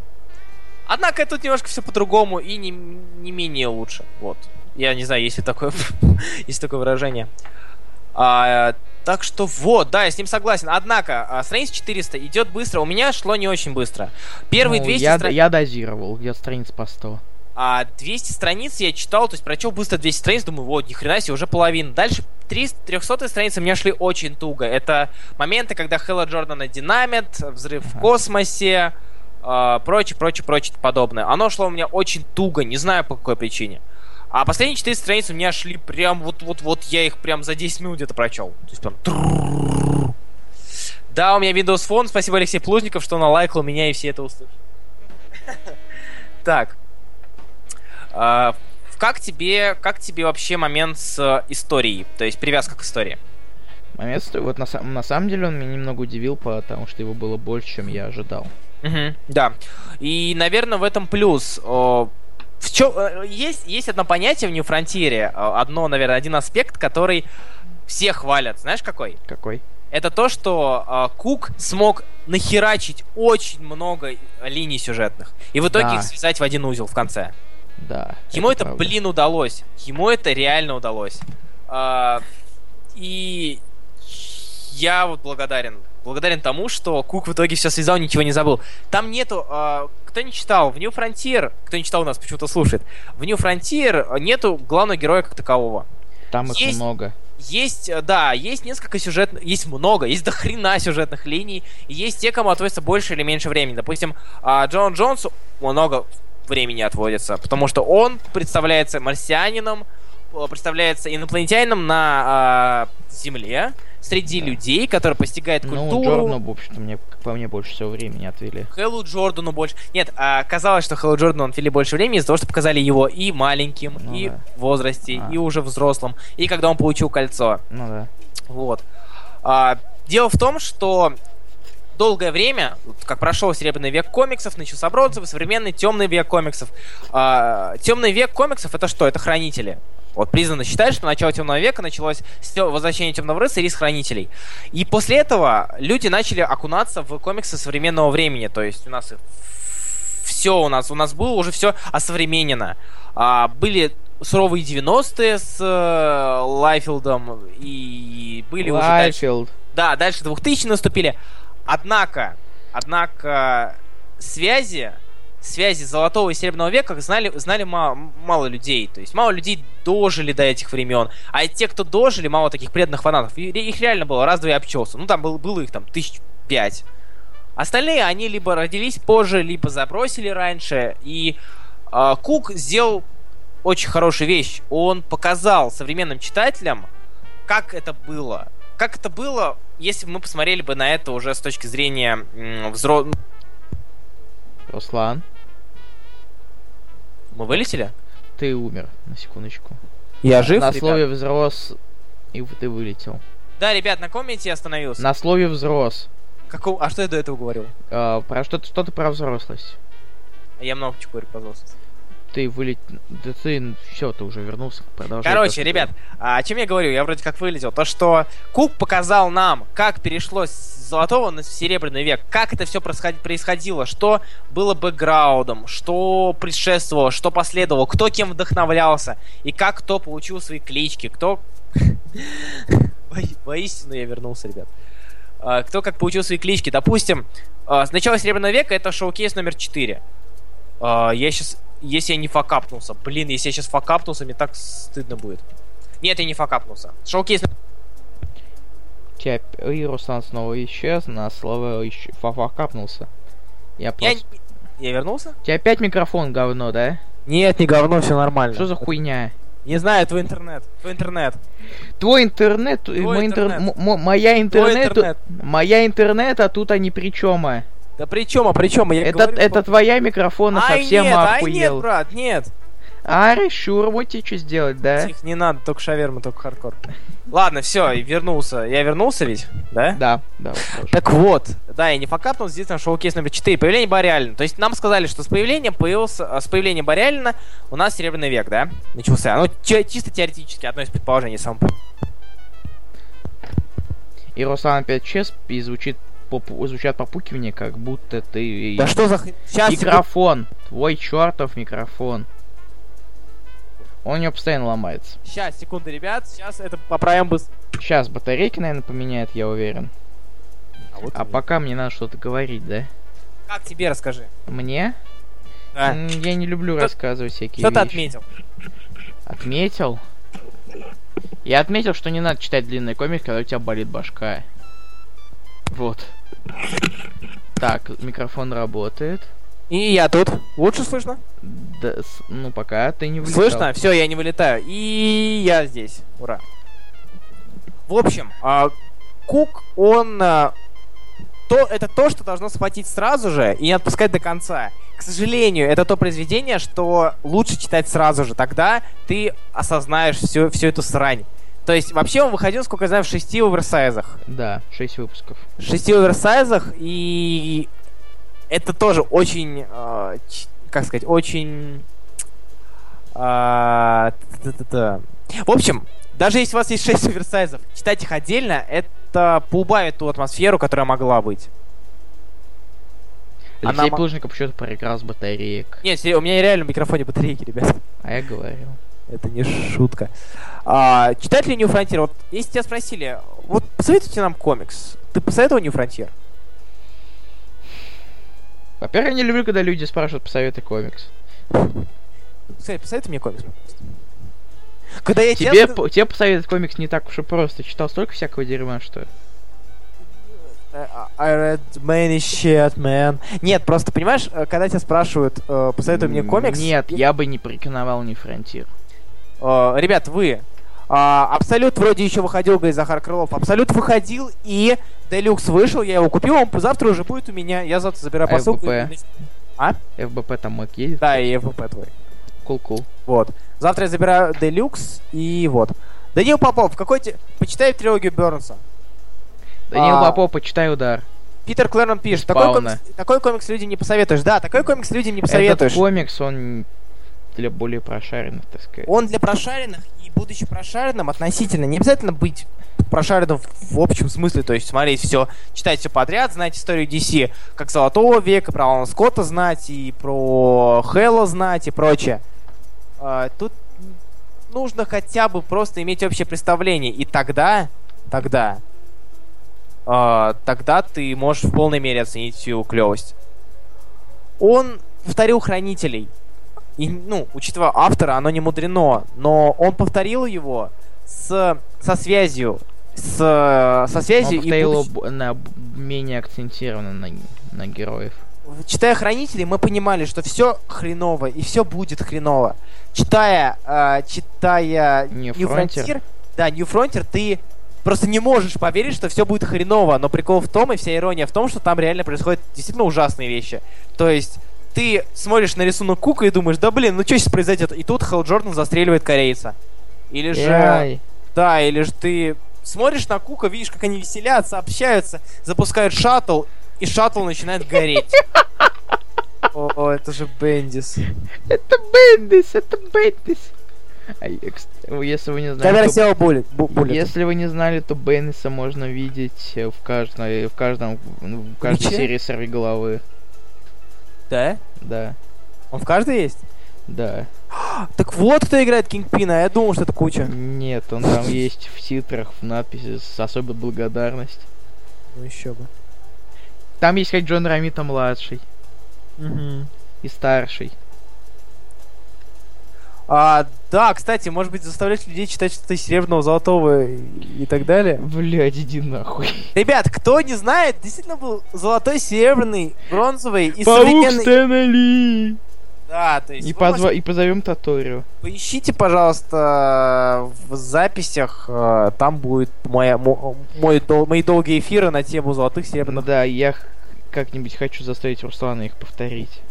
Speaker 2: Однако тут немножко все по-другому и не, не менее лучше. Вот. Я не знаю, есть ли такое, <laughs> есть такое выражение. А, так что вот, да, я с ним согласен. Однако, а, страница 400 идет быстро. У меня шло не очень быстро. Первые
Speaker 1: Ну,
Speaker 2: 200
Speaker 1: я,
Speaker 2: страниц...
Speaker 1: я дозировал, я страниц по 100.
Speaker 2: А 200 страниц я читал, то есть прочел быстро 200 страниц, думаю, вот, ни хрена себе, уже половина. Дальше 300, 300 страницы мне шли очень туго. Это моменты, когда Хэлла Джордана динамит, взрыв в космосе, э, прочее, прочее, прочее подобное. Оно шло у меня очень туго, не знаю по какой причине. А последние 4 страницы у меня шли прям вот-вот-вот, я их прям за 10 минут где-то прочел. То есть прям... трррррр. Да, у меня Windows Phone, спасибо Алексей Плузников, что налайкал меня и все это услышали. Так. А, Как тебе, как тебе вообще момент с э, историей, то есть привязка к истории?
Speaker 1: Момент стоит. Вот на, сам- на самом деле он меня немного удивил, потому что его было больше, чем я ожидал.
Speaker 2: Мгм, да. И, наверное, в этом плюс. О, В чем есть есть одно понятие в New Frontier, э, одно, наверное, один аспект, который все хвалят. Знаешь какой?
Speaker 1: Какой?
Speaker 2: Это то, что э, Кук смог нахерачить очень много линий сюжетных и в итоге
Speaker 1: Да.
Speaker 2: их связать в один узел в конце.
Speaker 1: Да.
Speaker 2: Ему это,
Speaker 1: правда.
Speaker 2: блин, удалось. Ему это реально удалось. А, и я вот благодарен. Благодарен тому, что Кук в итоге все связал, ничего не забыл. Там нету... а, кто не читал, в New Frontier... Кто не читал у нас, почему-то слушает. В New Frontier нету главного героя как такового.
Speaker 1: Там их
Speaker 2: есть-
Speaker 1: много.
Speaker 2: Есть, э, да, есть несколько сюжетных, есть много, есть дохрена сюжетных линий, и есть те, кому отводится больше или меньше времени. Допустим, а, Джон Джонсу много времени отводится, потому что он представляется марсианином, э, представляется инопланетянином на а, Земле среди
Speaker 1: Да.
Speaker 2: людей, которые постигают
Speaker 1: Ну,
Speaker 2: культуру.
Speaker 1: Джорну, в общем-то, мне, как по мне, больше всего времени отвели.
Speaker 2: Хэллу Джордану больше. Нет, а, казалось, что Хэллу Джордану отвели больше времени из-за того, что показали его и маленьким,
Speaker 1: Ну
Speaker 2: и
Speaker 1: да.
Speaker 2: в возрасте,
Speaker 1: А.
Speaker 2: и уже взрослым, и когда он получил кольцо.
Speaker 1: Ну да.
Speaker 2: Вот. А, дело в том, что долгое время, вот как прошел Серебряный век комиксов, начался бронзовый, современный темный век комиксов. А, темный век комиксов это что? Это хранители. Вот признано считать, что начало темного века началось с тё- возвращения темного рыцаря и с хранителей. И после этого люди начали окунаться в комиксы современного времени. То есть у нас все у нас, у нас было уже все осовременено. А, были суровые 90-е с э, Лайфилдом и были уже дальше
Speaker 1: Лайфилд.
Speaker 2: да, дальше 2000 наступили. Однако, однако связи, связи золотого и серебряного века знали, знали мало, мало людей. То есть мало людей дожили до этих времен. А те, кто дожили, мало таких преданных фанатов. И- Их реально было раз-два и обчелся. Ну, там был- было их там тысяч пять. Остальные, они либо родились позже, либо забросили раньше. И э, Кук сделал очень хорошую вещь. Он показал современным читателям, как это было. Как это было, если бы мы посмотрели бы на это уже с точки зрения м, взро...
Speaker 1: Руслан,
Speaker 2: Мы вылетели?
Speaker 1: ты умер. На секундочку.
Speaker 2: Я жив,
Speaker 1: на
Speaker 2: ребят?
Speaker 1: слове взрос и в- ты вылетел.
Speaker 2: Да, ребят, на комнате я остановился.
Speaker 1: На слове взрос.
Speaker 2: Какого- А что я до этого говорил?
Speaker 1: Э, про что-то что-то про взрослость.
Speaker 2: Я много чего говорю, пожалуйста.
Speaker 1: Ты вылет... Да ты... Все, ты уже вернулся. Продолжай.
Speaker 2: Короче,
Speaker 1: просто.
Speaker 2: ребят, а, о чем я говорю? Я вроде как вылетел. То, что Кук показал нам, как перешло с золотого на серебряный век, как это все происходило, что было бэкграундом, что предшествовало, что последовало, кто кем вдохновлялся, и как кто получил свои клички, кто... <laughs> Во- Воистину я вернулся, ребят. А, Кто как получил свои клички. Допустим, а, с начала Серебряного века это шоу-кейс номер 4. А, Я сейчас... Если я не факапнулся. Блин, если я сейчас факапнулся, мне так стыдно будет. Нет, я не факапнулся. Шоу-кейс... номер-
Speaker 1: Тебя... И Руслан снова исчез. На слово ищ... Фафа капнулся. Я
Speaker 2: Я...
Speaker 1: просто...
Speaker 2: не- я вернулся?
Speaker 1: У тебя опять микрофон говно, да?
Speaker 2: Нет, не говно, все нормально.
Speaker 1: Что за хуйня?
Speaker 2: Не знаю, твой интернет. Твой интернет.
Speaker 1: Твой интернет, и
Speaker 2: Твой
Speaker 1: мой интер-
Speaker 2: интернет.
Speaker 1: м- м- моя
Speaker 2: Твой
Speaker 1: интернет,
Speaker 2: интернет.
Speaker 1: моя интернет, а тут они при чем? а?
Speaker 2: Да при чем, а при чем? Я
Speaker 1: Это,
Speaker 2: говорю,
Speaker 1: это твоя микрофона
Speaker 2: Ай,
Speaker 1: совсем
Speaker 2: нет, ай, нет,
Speaker 1: охуел.
Speaker 2: брат, нет.
Speaker 1: Ари, шурму тебе что сделать, да?
Speaker 2: Тихо, не надо, только шаверма, только хардкор. Ладно, все, вернулся. Я вернулся ведь, да?
Speaker 1: Да, да, вот тоже.
Speaker 2: Так вот, да, я не факапнул, здесь на шоу-кейс номер 4, появление Барри Аллена. То есть нам сказали, что с появлением появился, а, с появлением Барри Аллена у нас Серебряный век, да, начался. Ну, че- чисто теоретически, одно из предположений сам.
Speaker 1: И Руслан опять чес и звучит попу- звучат попукивания, как будто ты...
Speaker 2: что за... Сейчас,
Speaker 1: микрофон! Твой чертов микрофон. Он у него постоянно ломается.
Speaker 2: сейчас, секунду, ребят, сейчас это поправим быстро.
Speaker 1: Сейчас батарейки, наверное, поменяет, я уверен. А пока мне надо что-то говорить, да?
Speaker 2: Как тебе, расскажи.
Speaker 1: Мне?
Speaker 2: А.
Speaker 1: М, Я не люблю
Speaker 2: Что-
Speaker 1: рассказывать всякие
Speaker 2: Что ты
Speaker 1: вещи.
Speaker 2: отметил?
Speaker 1: Отметил? Я отметил, что не надо читать длинный комик, когда у тебя болит башка. Вот. Так, микрофон работает.
Speaker 2: И я тут. Лучше слышно?
Speaker 1: Да, с- ну пока ты не вылетал.
Speaker 2: Слышно? Все, я не вылетаю. И я здесь. Ура. В общем, а, Кук, он... а, то, это то, что должно схватить сразу же и не отпускать до конца. К сожалению, это то произведение, что лучше читать сразу же. Тогда ты осознаешь всю, всю эту срань. То есть, вообще он выходил, сколько я знаю, в шести оверсайзах.
Speaker 1: Да, 6 выпусков.
Speaker 2: шести оверсайзах, и это тоже очень, э, ч- как сказать, очень... а, та-та-та-та. В общем, даже если у вас есть 6 оверсайзов, читать их отдельно, это поубавит ту атмосферу, которая могла быть. Она
Speaker 1: Алексей
Speaker 2: мо-
Speaker 1: Плужников почему-то проиграл с батареек.
Speaker 2: Нет, серьё- у меня реально в микрофоне батарейки, ребят.
Speaker 1: А я говорил.
Speaker 2: <laughs> Это не шутка. А, читать ли New Frontier? Вот если тебя спросили, вот посоветуйте нам комикс. Ты посоветовал New Frontier?
Speaker 1: Во-первых, я не люблю, когда люди спрашивают посоветуй комикс.
Speaker 2: Кстати, посоветуй мне комикс, пожалуйста. Когда я тебя
Speaker 1: Тебе,
Speaker 2: спро-
Speaker 1: по- тебе посоветовать комикс не так уж и просто. Читал столько всякого дерьма, что...
Speaker 2: I Э, а, I read many shit, man. Нет, просто понимаешь, э, когда тебя спрашивают, э, посоветуй мне комикс.
Speaker 1: Нет,
Speaker 2: и-
Speaker 1: я бы не прикановал не Фронтир.
Speaker 2: э, ребят, вы. а, Абсолют вроде еще выходил, говорит Захар Крылов. Абсолют выходил и Делюкс вышел, я его купил, он завтра уже будет у меня. Я завтра забираю
Speaker 1: А
Speaker 2: посылку. и-
Speaker 1: FBP? ФБП там мог едет.
Speaker 2: Да, и ФП твой.
Speaker 1: Кул-кул.
Speaker 2: Вот. Завтра я забираю Делюкс и вот. Данил Попов, какой те... Почитай трилогию Бернса.
Speaker 1: Данил
Speaker 2: А.
Speaker 1: Попов, почитай удар.
Speaker 2: Питер Клэрон пишет,
Speaker 1: Без
Speaker 2: такой
Speaker 1: Пауна.
Speaker 2: комикс, такой комикс людям не посоветуешь. Да, такой комикс людям не
Speaker 1: Этот
Speaker 2: посоветуешь.
Speaker 1: комикс, он для более прошаренных, так сказать.
Speaker 2: Он для прошаренных, и будучи прошаренным относительно, не обязательно быть прошаренным в общем смысле, то есть смотреть все, читать все подряд, знать историю DC, как Золотого века, про Алана Скотта знать, и про Хэлла знать, и прочее. А, Тут нужно хотя бы просто иметь общее представление, и тогда, тогда, а, тогда ты можешь в полной мере оценить всю клевость. Он повторил Хранителей, и, ну, учитывая автора, оно не мудрено, но он повторил его с, со связью, с, со связью
Speaker 1: Он повторил
Speaker 2: и будучи-
Speaker 1: его б- на б- менее акцентированно на, на героев.
Speaker 2: читая хранителей, мы понимали, что все хреново и все будет хреново. Читая, э, читая
Speaker 1: New
Speaker 2: New
Speaker 1: Frontier.
Speaker 2: Frontier, да, New Frontier, ты просто не можешь поверить, что все будет хреново. Но прикол в том и вся ирония в том, что там реально происходят действительно ужасные вещи. То есть ты смотришь на рисунок Кука и думаешь, да блин, ну что сейчас произойдет? И тут Хелл Джордан застреливает корейца. Или же...
Speaker 1: Ай.
Speaker 2: Да, или же ты смотришь на Кука, видишь, как они веселятся, общаются, запускают шаттл, и шаттл начинает гореть. <laughs> О, это же Бендис.
Speaker 1: Это Бендис, это Бендис. А е- кс- Если вы не
Speaker 2: Камера
Speaker 1: знаете,
Speaker 2: села булит. бу-
Speaker 1: то-
Speaker 2: булит.
Speaker 1: если вы не знали, то Бендиса можно видеть э, в каждой, в каждом, ну, в каждой
Speaker 2: Ключе?
Speaker 1: серии сорви головы.
Speaker 2: Да?
Speaker 1: Да,
Speaker 2: Он в каждой есть?
Speaker 1: да.
Speaker 2: А, Так вот кто играет Кингпина, а я думал, что это куча.
Speaker 1: Нет, он
Speaker 2: <laughs>
Speaker 1: там есть в титрах, в надписи с особой благодарность.
Speaker 2: Ну еще бы.
Speaker 1: Там есть как Джон Рамита младший и старший.
Speaker 2: А, да, кстати, может быть, заставлять людей читать что-то из серебряного, золотого и, и так далее.
Speaker 1: Блядь, иди нахуй.
Speaker 2: Ребят, кто не знает, действительно был золотой, серебряный, бронзовый и
Speaker 1: Паук
Speaker 2: современный...
Speaker 1: Стэна Ли!
Speaker 2: Да, то есть
Speaker 1: И,
Speaker 2: вы можете
Speaker 1: позва- и позовем Таторию.
Speaker 2: Поищите, пожалуйста, в записях, э, там будет моя, мо- мой, дол- мои долгие эфиры на тему золотых серебряных.
Speaker 1: Да, я х- как-нибудь хочу заставить Руслана их повторить.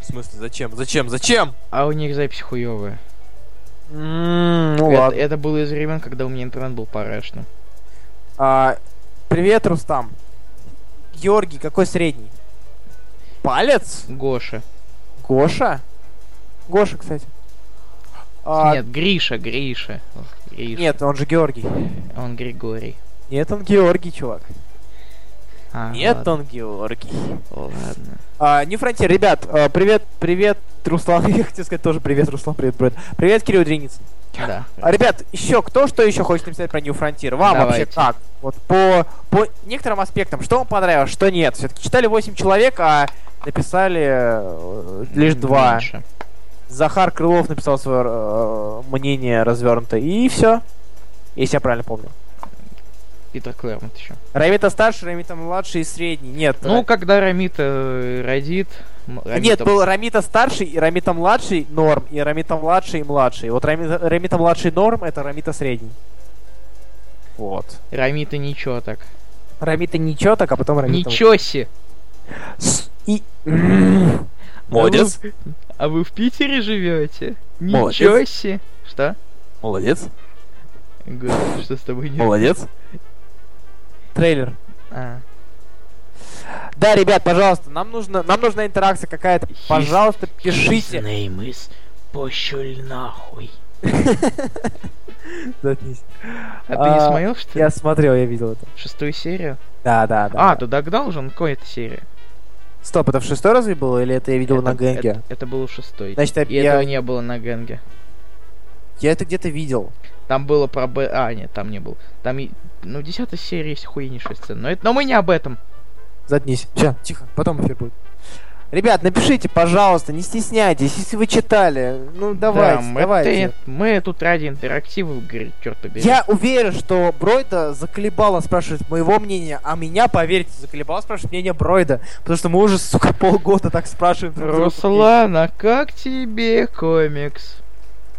Speaker 2: В смысле, зачем? Зачем? Зачем?
Speaker 1: А у них запись хуевая.
Speaker 2: Ну
Speaker 1: это,
Speaker 2: ладно.
Speaker 1: это было из времен, когда у меня интернет был парашным.
Speaker 2: А, Привет, Рустам. Георгий, какой средний? Палец?
Speaker 1: Гоша.
Speaker 2: Гоша? Гоша, кстати. А,
Speaker 1: Нет, Гриша, Гриша. Ох, Гриша.
Speaker 2: нет, он же Георгий.
Speaker 1: Он Григорий.
Speaker 2: Нет, он Георгий, чувак.
Speaker 1: А,
Speaker 2: Нет,
Speaker 1: ладно,
Speaker 2: он Георгий.
Speaker 1: ладно.
Speaker 2: А, New Frontier, ребят, а, привет, привет, Руслан, <laughs> я хотел сказать тоже привет, Руслан, привет, привет. Привет, Кирилл Дреницын.
Speaker 1: Да.
Speaker 2: А, ребят, еще, кто что еще хочет написать про New Frontier? Вам вообще
Speaker 1: Давайте.
Speaker 2: как? Вот по, по некоторым аспектам, что вам понравилось, что нет? Все-таки читали 8 человек, а написали э, лишь два.
Speaker 1: Меньше.
Speaker 2: Захар Крылов написал свое э, мнение развернутое, и все. Если я правильно помню.
Speaker 1: Питер Клэрмонт еще.
Speaker 2: Рамита старше, Рамита младший и средний. Нет.
Speaker 1: Ну, когда Рамита э, родит... м-
Speaker 2: Ра-
Speaker 1: Рамита-
Speaker 2: Нет, был Рамита старший и Рамита младший норм, и Рамита младший и младший. Вот Рамита, Рамита младший норм, это Рамита средний. Вот.
Speaker 1: Рамита ничего так.
Speaker 2: Рамита ничего так, а потом Рамита...
Speaker 1: Ничего себе!
Speaker 2: С- И... М. <laughs> Молодец.
Speaker 1: А вы в Питере живете?
Speaker 2: Молодец.
Speaker 1: Ничего себе! Что?
Speaker 2: Молодец.
Speaker 1: Господи, что с тобой не...
Speaker 2: Молодец. Трейлер.
Speaker 1: А.
Speaker 2: Да, ребят, пожалуйста, нам нужно, нам нужна интеракция какая-то.
Speaker 1: His-
Speaker 2: Пожалуйста, пишите.
Speaker 1: name is Пощуль нахуй.
Speaker 2: Заткнись.
Speaker 1: А ты не
Speaker 2: А,
Speaker 1: смотрел, что ли?
Speaker 2: Я смотрел, я видел это.
Speaker 1: Шестую серию?
Speaker 2: Да, да, да.
Speaker 1: А, ты догнал уже? Ну, какой это серия?
Speaker 2: Стоп, это в шестой разве было, или это я видел
Speaker 1: Это-
Speaker 2: на Гэнге?
Speaker 1: Это, это было в шестой.
Speaker 2: Значит,
Speaker 1: И
Speaker 2: я,
Speaker 1: этого не было на Гэнге.
Speaker 2: я это где-то видел.
Speaker 1: Там было про Б... А, нет, там не было. Там, и- ну, десятая серия есть хуйнейшая сцена. Но, это... но мы не об этом.
Speaker 2: Заткнись. Все, тихо, потом эфир будет. Ребят, напишите, пожалуйста, не стесняйтесь, если вы читали. Ну, давайте,
Speaker 1: Да, мы,
Speaker 2: давайте.
Speaker 1: ты- мы тут ради интерактива, говорит, черт побери.
Speaker 2: Я уверен, что Бройда заколебало спрашивать моего мнения, а меня, поверьте, заколебало спрашивать мнение Бройда. Потому что мы уже, сука, полгода так спрашиваем. друг друга.
Speaker 1: Руслан, а как тебе комикс?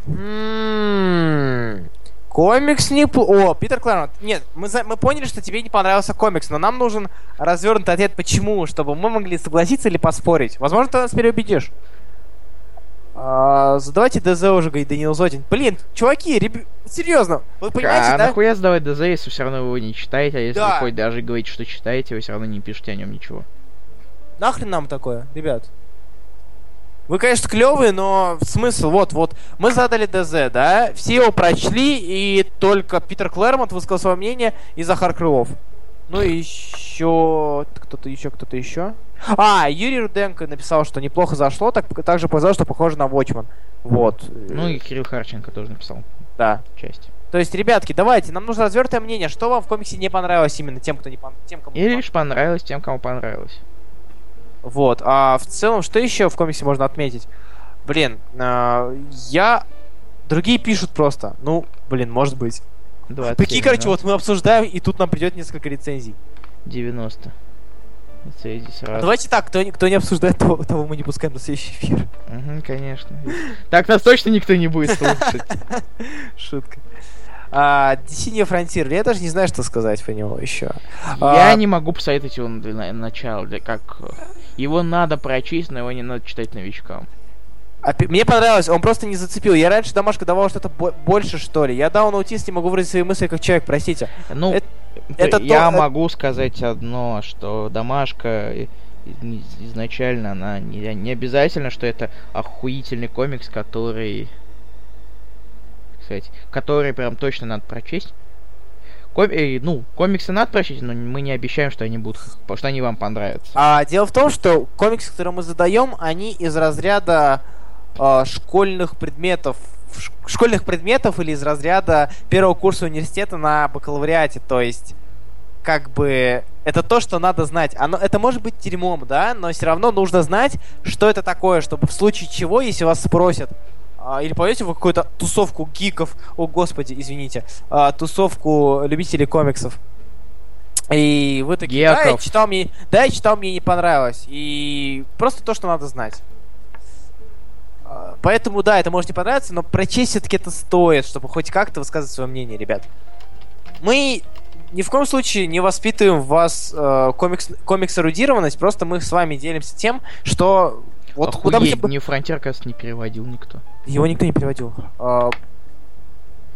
Speaker 2: М, М-м-м. Комикс не... пл- О, Питер Клэрмонт. Нет, мы, за- мы поняли, что тебе не понравился комикс, но нам нужен развернутый ответ, почему, чтобы мы могли согласиться или поспорить. Возможно, ты нас переубедишь. А, задавайте ДЗ уже, говорит Данил Зотин. Блин, чуваки, реб- серьезно, вы понимаете,
Speaker 1: а
Speaker 2: да?
Speaker 1: нахуя сдавать ДЗ, если все равно вы его не читаете, а если
Speaker 2: Да.
Speaker 1: вы хоть даже говорите, что читаете, вы все равно не пишете о нем ничего.
Speaker 2: Нахрен нам такое, ребят? Вы, конечно, клевые, но смысл вот, вот. Мы задали ДЗ, да? Все его прочли, и только Питер Клэрмонт высказал свое мнение и Захар Крылов. Ну и еще кто-то еще, кто-то еще. А, Юрий Руденко написал, что неплохо зашло, так также показал, что похоже на Watchmen. Вот.
Speaker 1: Ну и Кирилл Харченко тоже написал
Speaker 2: да.
Speaker 1: часть.
Speaker 2: То есть, ребятки, давайте, нам нужно развертое мнение, что вам в комиксе не понравилось именно тем, кто не пон- тем, кому не
Speaker 1: Или лишь понравилось тем, кому понравилось.
Speaker 2: Вот. А в целом, что еще в комиксе можно отметить? Блин, а, я... Другие пишут просто. Ну, блин, может быть.
Speaker 1: 20,
Speaker 2: Такие, короче, вот мы обсуждаем, и тут нам придет несколько рецензий.
Speaker 1: 90. Лицензии
Speaker 2: А
Speaker 1: сразу.
Speaker 2: давайте так, кто, не- кто не обсуждает, того, того мы не пускаем на следующий эфир. <laughs>
Speaker 1: Мгм, конечно. <laughs> Так нас точно никто не будет
Speaker 2: <laughs>
Speaker 1: слушать.
Speaker 2: Шутка. А, DC New Frontier, я даже не знаю, что сказать по нему еще.
Speaker 1: Я
Speaker 2: А.
Speaker 1: не могу посоветовать его для на- начала, для как... э, Его надо прочесть, но его не надо читать новичкам.
Speaker 2: А пи- мне понравилось, он просто не зацепил. Я раньше домашка давал что-то бо- больше, что ли. Я даун аутист, не могу выразить свои мысли как человек, простите.
Speaker 1: Ну,
Speaker 2: Это-
Speaker 1: п-
Speaker 2: это
Speaker 1: я
Speaker 2: то- э-
Speaker 1: могу сказать одно, что домашка и- и- изначально она не, не обязательно, что это охуительный комикс, который, как сказать, который прям точно надо прочесть. Ком- э, ну, комиксы надо прочесть, но мы не обещаем, что они будут, х- что они вам понравятся.
Speaker 2: А дело в том, что комиксы, которые мы задаем, они из разряда э, школьных предметов. ш- школьных предметов или из разряда первого курса университета на бакалавриате. То есть, как бы, это то, что надо знать. Оно, это может быть дерьмом, да, но все равно нужно знать, что это такое, чтобы в случае чего, если вас спросят, а, или пойдете вы какую-то тусовку гиков, о господи, извините, а, тусовку любителей комиксов, и вы такие, да, я
Speaker 1: Геков.
Speaker 2: читал, мне, да, я читал, мне не понравилось. И просто то, что надо знать. А, Поэтому, да, это может не понравиться, но прочесть все-таки это стоит, чтобы хоть как-то высказывать свое мнение, ребят. Мы ни в коем случае не воспитываем в вас э, комикс, комикс-эрудированность, просто мы с вами делимся тем, что... Вот куда бы
Speaker 1: Охуеть,
Speaker 2: ни был-
Speaker 1: не фронтир, кажется, не переводил никто.
Speaker 2: его никто не переводил. А,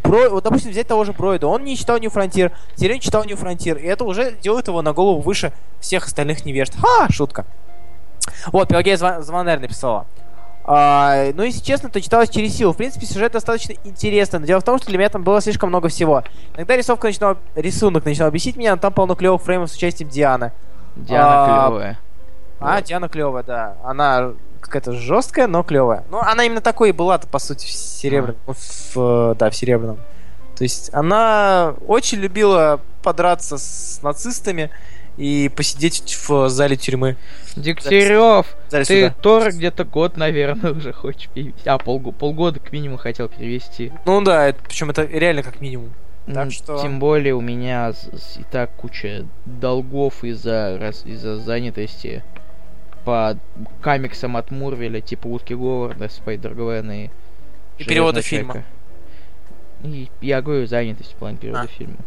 Speaker 2: Бро- вот, допустим, взять того же Бройда. Он не читал New Frontier, теперь он читал New Frontier. И это уже делает его на голову выше всех остальных невежд. Ха, шутка. Вот, Пелагея Зва- Звонарь написала. А, ну, если честно, то читалось через силу. В принципе, сюжет достаточно интересный, но дело в том, что для меня там было слишком много всего. Иногда рисовка начинала, рисунок начинал бесить меня, но там полно клевых фреймов с участием Дианы.
Speaker 1: Диана
Speaker 2: А,
Speaker 1: клевая.
Speaker 2: А,
Speaker 1: Вот.
Speaker 2: Диана клевая, да. Она какая-то жесткая, но клевая. Ну, она именно такой и была, по сути, в серебряном. в, э, да, в серебряном. То есть она очень любила подраться с нацистами и посидеть в зале тюрьмы.
Speaker 1: Дегтярев,
Speaker 2: В зале
Speaker 1: Ты
Speaker 2: суда.
Speaker 1: Тор где-то год, наверное, <laughs> уже хочешь перевести. А, полго- полгода к минимуму хотел перевести.
Speaker 2: Ну да, это, причем это реально как минимум. Так что...
Speaker 1: Тем более у меня с- с- и так куча долгов из-за раз- из-за занятости по комиксам от Мурвеля, типа Утки Говарда, Спайдергвен и...
Speaker 2: И
Speaker 1: Железного
Speaker 2: перевода
Speaker 1: Человека. И я говорю, занятость в плане перевода
Speaker 2: А.
Speaker 1: фильма.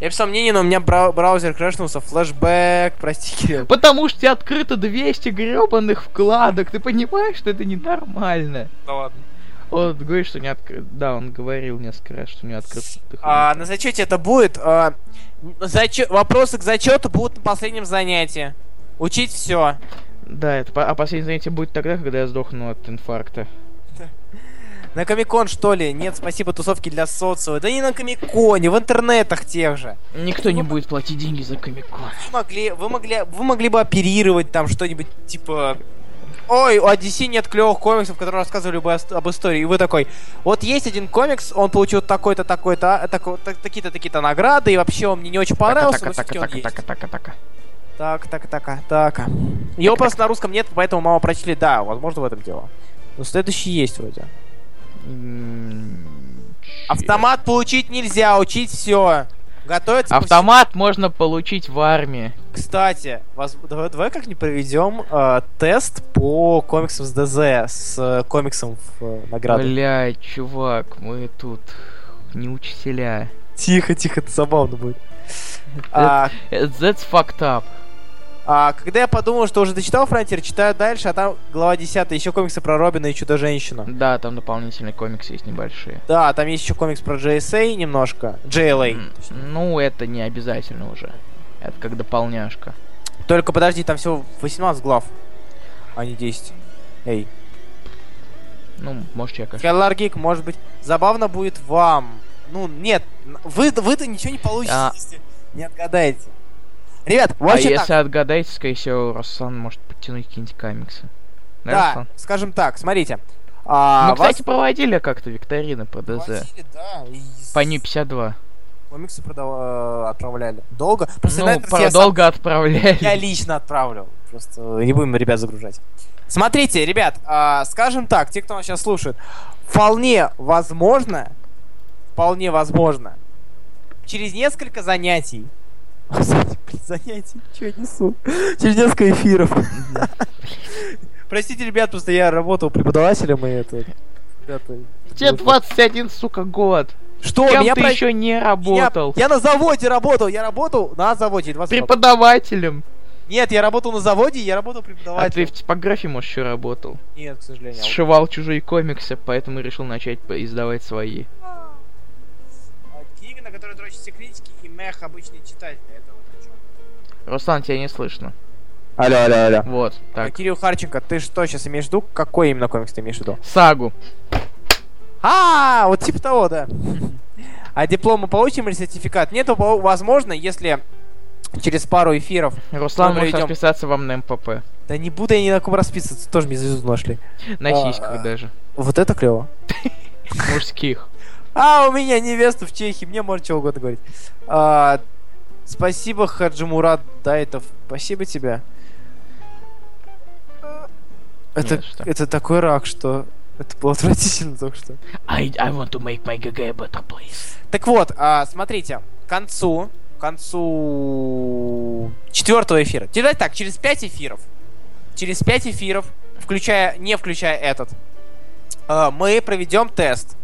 Speaker 2: Я писал мнение, но у меня брау- браузер крашнулся, флешбэк, прости, Кирилл.
Speaker 1: Потому что тебе открыто 200 гребаных вкладок, ты понимаешь, что это ненормально.
Speaker 2: <laughs> Да ладно.
Speaker 1: Он говорит, что не открыто... Да, он говорил несколько раз, что не открыто.
Speaker 2: А, на зачете это будет. а, н- зачё- Вопросы к зачету будут на последнем занятии. Учить все.
Speaker 1: Да, это... по- А последнее занятие будет тогда, когда я сдохну от инфаркта.
Speaker 2: На Комикон, что ли? Нет, спасибо, тусовки для социума. Да не на Комиконе, в интернетах тех же.
Speaker 1: Никто не будет платить деньги за комикон.
Speaker 2: Вы могли, вы могли, вы могли бы оперировать там что-нибудь типа... Ой, у DC нет клевых комиксов, которые рассказывали бы ос- об истории. И вы такой, вот есть один комикс, он получил такой-то, такой-то, а, тако- та- такие-то, такие-то награды, и вообще он мне не очень понравился, но всё-таки он есть. Так, так, так, так. Его просто на русском нет, поэтому мама прочли. Да, возможно, в этом дело. Но следующий есть вроде.
Speaker 1: М-м-м.
Speaker 2: Автомат получить нельзя, учить все. Готовиться. к
Speaker 1: Автомат можно получить в армии.
Speaker 2: всему. Кстати, воз- давай, давай как не проведем э, тест по комиксам с ДЗ с э, комиксом в э, награду.
Speaker 1: Бля, чувак, мы тут не учителя.
Speaker 2: Тихо, тихо, это забавно будет. А,
Speaker 1: Э, That's fucked up.
Speaker 2: а, когда я подумал, что уже дочитал Фронтир, читаю дальше, а там глава 10, еще комиксы про Робина и Чудо-женщину.
Speaker 1: Да, там дополнительные комиксы есть небольшие.
Speaker 2: Да, там есть еще комикс про JSA немножко. JLA.
Speaker 1: М, Ну, это не обязательно уже. Это как дополняшка.
Speaker 2: Только подожди, там всего 18 глав, а не 10. Эй.
Speaker 1: Ну, может, я конечно.
Speaker 2: Скайлар Гик, может быть, забавно будет вам. Ну, нет, н- вы, вы-то ничего не получите,
Speaker 1: А.
Speaker 2: если не отгадаете. Ребят,
Speaker 1: А
Speaker 2: вообще
Speaker 1: если
Speaker 2: так,
Speaker 1: отгадаете, скорее всего, Руслан может подтянуть какие-нибудь комиксы. Да,
Speaker 2: да,
Speaker 1: Руслан?
Speaker 2: скажем так, смотрите. А,
Speaker 1: Мы,
Speaker 2: вас
Speaker 1: Ну, кстати, проводили как-то викторины по ДЗ.
Speaker 2: пригласили, да, и с-
Speaker 1: По НИ-52.
Speaker 2: комиксы продав- э, отправляли. Долго? Просто на
Speaker 1: Ну,
Speaker 2: этот раз я
Speaker 1: про
Speaker 2: сам-
Speaker 1: долго отправляли.
Speaker 2: Я лично отправлю. Просто не будем ребят загружать. Смотрите, ребят, а, скажем так, те, кто нас сейчас слушает, вполне возможно, вполне возможно, через несколько занятий, <laughs> Господи, блин, занятий, чё я несу, через несколько эфиров. <laughs> Простите, ребят, просто я работал преподавателем и это... ребята,
Speaker 1: <laughs> Тебе 21, сука, год.
Speaker 2: Что,
Speaker 1: Кем
Speaker 2: меня
Speaker 1: ты
Speaker 2: про-
Speaker 1: еще не
Speaker 2: меня-
Speaker 1: работал?
Speaker 2: Я на заводе работал, я работал на заводе. 20 минут.
Speaker 1: Преподавателем.
Speaker 2: Нет, я работал на заводе, я работал
Speaker 1: А ты
Speaker 2: преподавателем.
Speaker 1: в типографии, может, еще работал.
Speaker 2: Нет, к сожалению.
Speaker 1: Сшивал чужие комиксы, поэтому решил начать по- издавать свои.
Speaker 2: А, Книга, на которой дрочатся критики и мех обычный читатель. Это вот о чём.
Speaker 1: Руслан, тебя не слышно.
Speaker 2: Алло, алло, алло.
Speaker 1: Вот, так.
Speaker 2: А, Кирилл Харченко, ты что сейчас имеешь в виду? Какой именно комикс ты имеешь в виду?
Speaker 1: Сагу.
Speaker 2: А, вот типа того, да. <laughs> А диплом мы получим или сертификат? Нет, во- возможно, если через пару эфиров.
Speaker 1: Руслан
Speaker 2: Мы
Speaker 1: может
Speaker 2: проведём.
Speaker 1: расписаться вам на МПП.
Speaker 2: Да не буду я ни на ком расписываться, тоже мне звезду нашли.
Speaker 1: На
Speaker 2: А.
Speaker 1: сиськах даже.
Speaker 2: Вот это клево.
Speaker 1: Мужских.
Speaker 2: А, у меня невеста в Чехии, мне можно чего угодно говорить. А, спасибо, Хаджимурат Дайтов. Спасибо тебе. Это,
Speaker 1: Не за что.
Speaker 2: это такой рак, что... Это было отвратительно только что.
Speaker 1: I, I want to make my GG better, please.
Speaker 2: Так вот, а, смотрите, к концу, к концу четвертого эфира. Тебе так, через пять эфиров, через пять эфиров, включая, не включая этот, э, мы проведем тест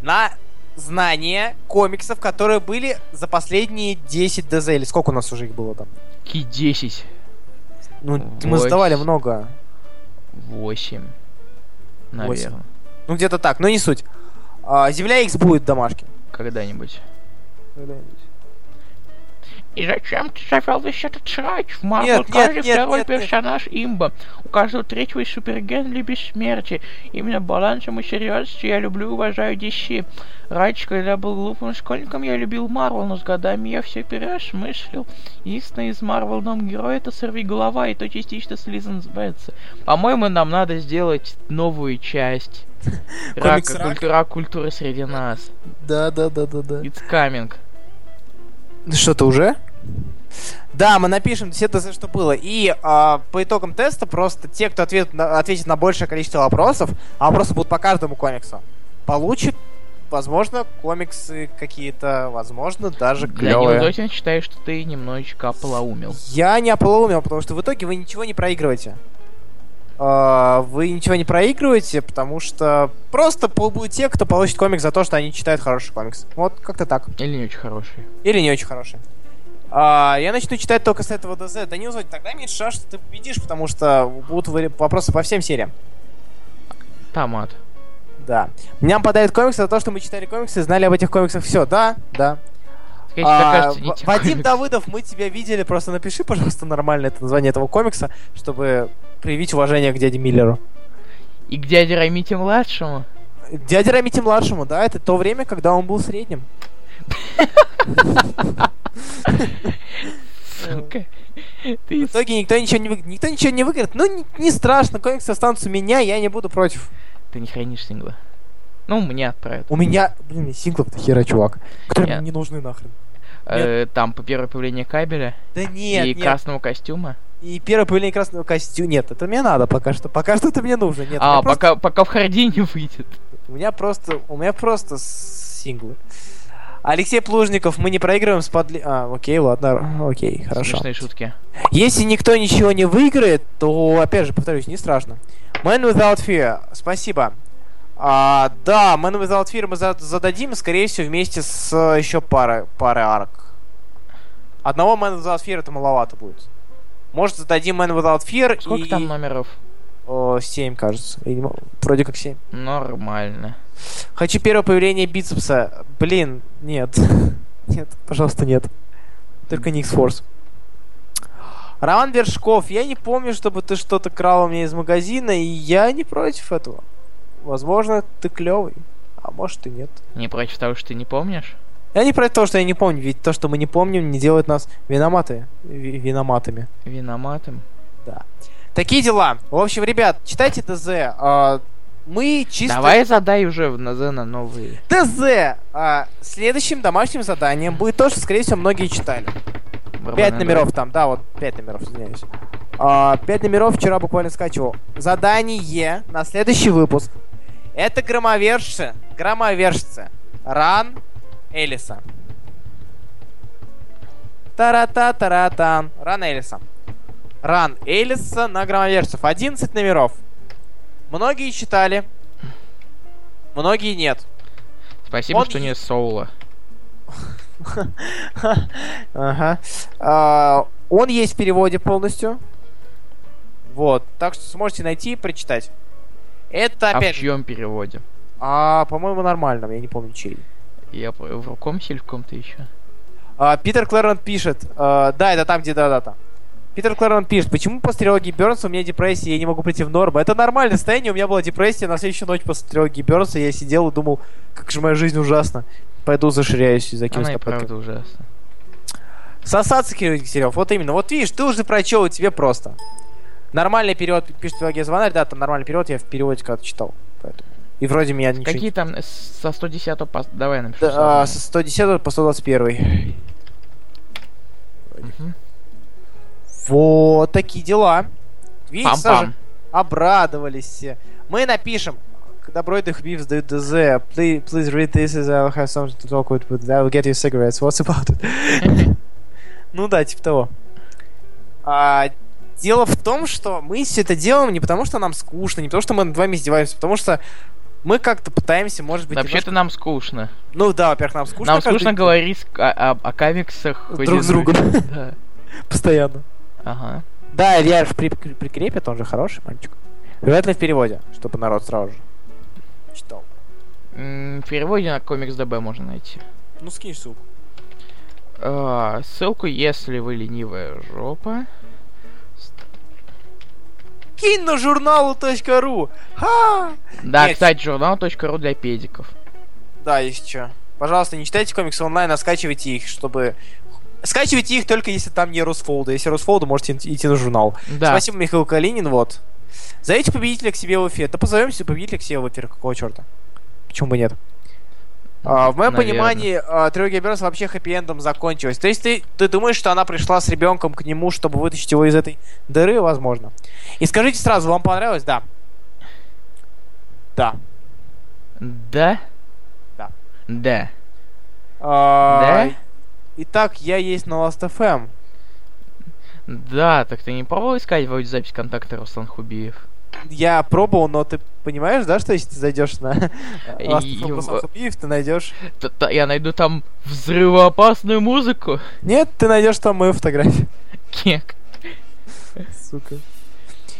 Speaker 2: на знание комиксов, которые были за последние 10 ДЗ, или сколько у нас уже их было там?
Speaker 1: Ки 10.
Speaker 2: Ну, мы
Speaker 1: Восемь.
Speaker 2: задавали много.
Speaker 1: 8.
Speaker 2: Восемь.
Speaker 1: Наверное.
Speaker 2: Ну, где-то так, но не суть. А, Земля X будет домашки.
Speaker 1: Когда-нибудь. И зачем ты завел весь этот срач? В Марвел
Speaker 2: Нет, нет,
Speaker 1: каждый
Speaker 2: нет,
Speaker 1: второй
Speaker 2: нет, нет.
Speaker 1: персонаж имба. У каждого третьего есть суперген или бессмертие. Именно балансом и серьезностью я люблю и уважаю DC. Раньше, когда я был глупым школьником, я любил Марвел, но с годами я все переосмыслил. Единственный из Марвел нам герой это сорви голова, и то частично Слизан Бенса. По-моему, нам надо сделать новую
Speaker 2: <laughs>
Speaker 1: часть.
Speaker 2: Комикс
Speaker 1: Рака,
Speaker 2: рака?
Speaker 1: культура, рак культуры среди нас.
Speaker 2: Да, да, да, да, да.
Speaker 1: It's coming.
Speaker 2: Что-то уже? Да, мы напишем все ТЗ, что было. И а, по итогам теста просто те, кто ответ- на- ответит на большее количество вопросов, а вопросы будут по каждому комиксу, получит возможно, комиксы какие-то, возможно, даже
Speaker 1: Леонид
Speaker 2: клевые.
Speaker 1: Владимирович, считаю, что ты немножечко ополоумил.
Speaker 2: Я не ополоумил, потому что в итоге вы ничего не проигрываете. А, Вы ничего не проигрываете, потому что просто пол- будут те, кто получит комикс за то, что они читают хороший комикс. Вот как-то так.
Speaker 1: Или не очень хороший.
Speaker 2: Или не очень хороший. А, я начну читать только с этого ДЗ. Да не узнать, тогда меньше шанс, что ты победишь, потому что будут вари- вопросы по всем сериям.
Speaker 1: Томат.
Speaker 2: Да. Нам подарят комиксы за то, что мы читали комиксы и знали об этих комиксах все. Да, да.
Speaker 1: Скорее всего,
Speaker 2: А,
Speaker 1: окажется, не
Speaker 2: В-
Speaker 1: те
Speaker 2: Вадим
Speaker 1: комиксы.
Speaker 2: Давыдов, мы тебя видели, просто напиши, пожалуйста, нормально это название этого комикса, чтобы проявить уважение к дяде Миллеру.
Speaker 1: И к дяде Рамите младшему.
Speaker 2: Дядя Рамите младшему, да, это то время, когда он был средним. <laughs> Э.
Speaker 1: Сука.
Speaker 2: В
Speaker 1: Ты
Speaker 2: итоге никто ничего не, выиграет. никто ничего не выиграет. Ну, не, не страшно, комиксы останутся у меня, я не буду против.
Speaker 1: Ты не хранишь сингла. Ну, мне отправят.
Speaker 2: У меня, блин, мне синглов-то хера, чувак, которые
Speaker 1: Я-
Speaker 2: мне не нужны нахрен.
Speaker 1: Э, Там по первое появление кабеля
Speaker 2: Да нет,
Speaker 1: и
Speaker 2: нет.
Speaker 1: красного костюма.
Speaker 2: И первое появление красного костюма. Нет, это мне надо пока что. Пока что это мне нужно. Нет, у
Speaker 1: А,
Speaker 2: меня просто-
Speaker 1: пока пока в харде не выйдет.
Speaker 2: У меня просто, у меня просто с- синглы. Алексей Плужников, мы не проигрываем с подли... А, окей, ладно, окей, хорошо.
Speaker 1: Смешные шутки.
Speaker 2: Если никто ничего не выиграет, то, опять же, повторюсь, не страшно. Man Without Fear, спасибо. А, да, Man Without Fear мы за- зададим, скорее всего, вместе с э, еще парой, парой арок. Одного Man Without Fear это маловато будет. Может, зададим Man Without Fear
Speaker 1: Сколько
Speaker 2: и...
Speaker 1: там э? номеров?
Speaker 2: 7, кажется. Или не мо- Вроде как 7.
Speaker 1: Нормально.
Speaker 2: Хочу первое появление бицепса. Блин, нет. <laughs> Нет, пожалуйста, нет. Только Никс Форс. Роман Вершков, я не помню, чтобы ты что-то крал у меня из магазина, и я не против этого. Возможно, ты клевый, а может и нет.
Speaker 1: Не против того, что ты не помнишь?
Speaker 2: Я не против того, что я не помню, ведь то, что мы не помним, не делает нас виноматы, ви- виноматами.
Speaker 1: Виноматом.
Speaker 2: Такие дела. В общем, ребят, читайте ДЗ. а, мы чисто...
Speaker 1: Давай задай уже в НЗ на новые.
Speaker 2: ДЗ! А, следующим домашним заданием будет то, что, скорее всего, многие читали. Пять номеров там, да, вот пять номеров, извиняюсь. А, пять номеров вчера буквально скачивал. Задание на следующий выпуск. Это громовержцы, громовержцы. Ран Элиса. Тарата таратан. Ран Элиса. Ран Элиса на громовержцев. 11 номеров. Многие читали. Многие нет.
Speaker 1: Спасибо,
Speaker 2: Он
Speaker 1: что
Speaker 2: е-
Speaker 1: не Соула.
Speaker 2: <laughs> Ага. А, Он есть в переводе полностью. Вот. Так что сможете найти и прочитать. Это
Speaker 1: А в
Speaker 2: опять. же-
Speaker 1: чьем переводе?
Speaker 2: А, по-моему, нормальном, я не помню чей.
Speaker 1: Я п- в руком сильком-то еще.
Speaker 2: А, Питер Клэрон пишет. а, да, это там, где да-да там. Питер Клэрон пишет, почему после трилогии Бернса у меня депрессия, я не могу прийти в норму. Это нормальное состояние, у меня была депрессия, на следующую ночь после трилогии Бернса я сидел и думал, как же моя жизнь ужасна. Пойду заширяюсь и закину
Speaker 1: Она и
Speaker 2: стопорки.
Speaker 1: правда ужасна.
Speaker 2: Сосаться, Кирилл Дегтярев, вот именно. Вот видишь, ты уже прочел, и тебе просто. Нормальный период, пишет Пелагея Звонарь, да, там нормальный период, я в переводе когда-то читал. Поэтому. И вроде меня ничего...
Speaker 1: Какие там э, со 110 по... Давай я напишу.
Speaker 2: Да, а,
Speaker 1: сразу.
Speaker 2: С 110 по 121.
Speaker 1: Мгм.
Speaker 2: Вот такие дела. Видишь, Саша,
Speaker 1: Пам-пам.
Speaker 2: обрадовались все. Мы напишем, когда Бройдых Бив сдают ДЗ, please, please read this, as I have something to talk with, but I will get you cigarettes, what's about it?
Speaker 1: <laughs>
Speaker 2: Ну да, типа того. А, дело в том, что мы все это делаем не потому, что нам скучно, не потому, что мы над вами издеваемся, потому что мы как-то пытаемся, может быть,
Speaker 1: Вообще-то нам скучно.
Speaker 2: немножко- Ну да, во-первых, нам типа скучно.
Speaker 1: Нам
Speaker 2: каждый
Speaker 1: скучно
Speaker 2: день
Speaker 1: говорить с- о, о- о комиксах. хоть
Speaker 2: Друг
Speaker 1: и
Speaker 2: с
Speaker 1: <laughs>
Speaker 2: другом. <laughs>
Speaker 1: Да.
Speaker 2: Постоянно.
Speaker 1: Ага.
Speaker 2: Да, Илья ж при- при- прикрепит, он же хороший мальчик. Желательно в переводе, чтобы народ сразу же читал.
Speaker 1: М, В переводе на комикс ДБ можно найти.
Speaker 2: Ну, скинь ссылку.
Speaker 1: А, ссылку, если вы ленивая жопа.
Speaker 2: Кинь на журналу.ру! Ха!
Speaker 1: Да,
Speaker 2: Нет.
Speaker 1: кстати, журнал.ру для педиков.
Speaker 2: Да, если что. Пожалуйста, не читайте комиксы онлайн, а скачивайте их, чтобы... Скачивайте их только если там не Русфолда. Если Русфолда, можете ин- идти на журнал.
Speaker 1: Да.
Speaker 2: Спасибо, Михаил Калинин, вот. Зовите победителя к себе в эфир. Да позовем себе победителя к себе в эфир, какого черта? Почему бы нет? А, в моем
Speaker 1: Наверно.
Speaker 2: понимании, а, трилогия Бернс вообще хэппи-эндом закончилась. То есть ты, ты думаешь, что она пришла с ребенком к нему, чтобы вытащить его из этой дыры, возможно. И скажите сразу, вам понравилось? Да. Да.
Speaker 1: Да?
Speaker 2: Да.
Speaker 1: Да.
Speaker 2: А,
Speaker 1: Да?
Speaker 2: Итак, я есть на Last.fm.
Speaker 1: Да, так ты не пробовал искать вроде запись контакта Руслан Хубиев?
Speaker 2: Я пробовал, но ты понимаешь, да, что если ты зайдешь на
Speaker 1: И-
Speaker 2: Last.fm Руслан Хубиев, ты найдешь...
Speaker 1: Т- та- Я найду там взрывоопасную музыку.
Speaker 2: Нет, ты найдешь там мою фотографию.
Speaker 1: Кек.
Speaker 2: Сука.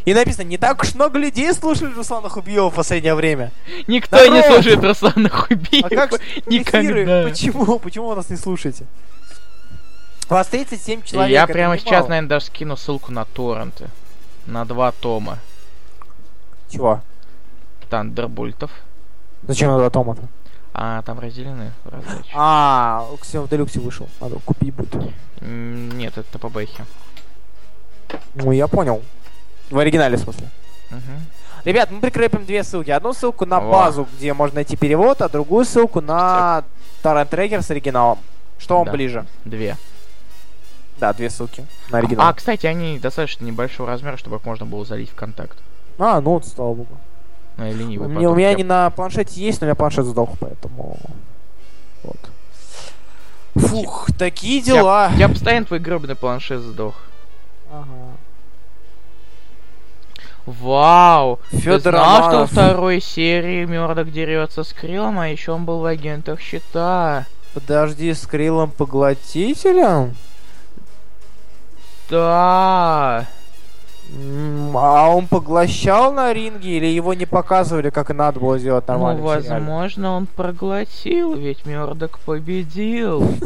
Speaker 2: И написано, не так уж много людей слушали Руслана Хубиева в последнее время.
Speaker 1: Никто не
Speaker 2: Здорово!
Speaker 1: слушает Руслана
Speaker 2: А как
Speaker 1: Хубиева.
Speaker 2: же
Speaker 1: <laughs>
Speaker 2: эфиры?
Speaker 1: никогда.
Speaker 2: Почему? Почему вы нас не слушаете? У вас 37 человек.
Speaker 1: Я
Speaker 2: это
Speaker 1: прямо сейчас,
Speaker 2: немало.
Speaker 1: наверное, даже скину ссылку на торренты. На два тома.
Speaker 2: Чего?
Speaker 1: Тандербультов.
Speaker 2: Зачем надо тома-то?
Speaker 1: А, там разделены в раздачу.
Speaker 2: А, Ксен в Делюксе вышел. Надо купить будет.
Speaker 1: М, Нет, это по бэхе.
Speaker 2: Ну, я понял. В оригинале, в смысле.
Speaker 1: Мгм.
Speaker 2: Ребят, мы прикрепим две ссылки. Одну ссылку на
Speaker 1: Во.
Speaker 2: базу, где можно найти перевод, а другую ссылку на торрент трекер с оригиналом. Что вам
Speaker 1: Да.
Speaker 2: ближе?
Speaker 1: Две.
Speaker 2: Да, две ссылки на
Speaker 1: А,
Speaker 2: оригинал.
Speaker 1: кстати, они достаточно небольшого размера, чтобы их можно было залить в контакт.
Speaker 2: А, ну, вот, слава богу.
Speaker 1: Ну, я
Speaker 2: У
Speaker 1: ленивый
Speaker 2: меня,
Speaker 1: потом
Speaker 2: у меня
Speaker 1: я-
Speaker 2: они на планшете есть, но у меня планшет сдох, поэтому... Вот. Фух, такие дела.
Speaker 1: Я постоянно твой гребаный планшет сдох.
Speaker 2: Ага.
Speaker 1: Вау! Ты
Speaker 2: Федор
Speaker 1: знал, что во
Speaker 2: Романов.
Speaker 1: второй серии Мёрдок дерется с Крилом, а еще он был в агентах щита.
Speaker 2: Подожди, с Крилом Поглотителем?
Speaker 1: Да.
Speaker 2: М, А он поглощал на ринге или его не показывали, как и надо было сделать
Speaker 1: Ну,
Speaker 2: нормально? в сериале?
Speaker 1: возможно, он проглотил, ведь Мёрдок победил.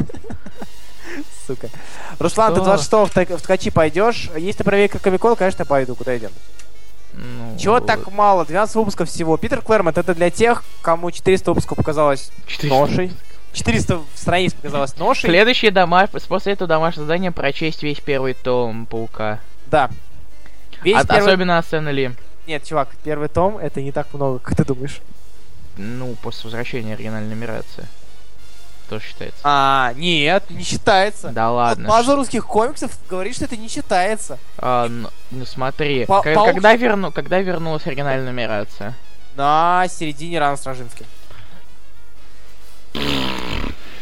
Speaker 2: Сука. Руслан, ты
Speaker 1: Что?
Speaker 2: 26 в, так- в ткачи пойдешь? Если проверка Комикон, конечно, пойду. Куда идем?
Speaker 1: Ну,
Speaker 2: Чего так мало? 12 выпусков всего. Питер Клэрмонт, это для тех, кому 400 выпусков показалось
Speaker 1: четыре
Speaker 2: ношей. 400 страниц показалось ношей.
Speaker 1: Следующее дома... после этого домашнее задание прочесть весь первый том Паука.
Speaker 2: Да. Весь
Speaker 1: От-
Speaker 2: первый...
Speaker 1: Особенно Асена Ли.
Speaker 2: Нет, чувак, первый том это не так много, как ты думаешь.
Speaker 1: Ну, после возвращения оригинальной нумерации. Тоже считается.
Speaker 2: А, нет, не считается.
Speaker 1: Да ладно.
Speaker 2: База
Speaker 1: ш-
Speaker 2: русских комиксов говорит, что это не считается.
Speaker 1: А, ну, ну смотри,
Speaker 2: Па-
Speaker 1: к-
Speaker 2: паук-
Speaker 1: когда, верну... когда вернулась оригинальная нумерация?
Speaker 2: На середине рана с Рожинским.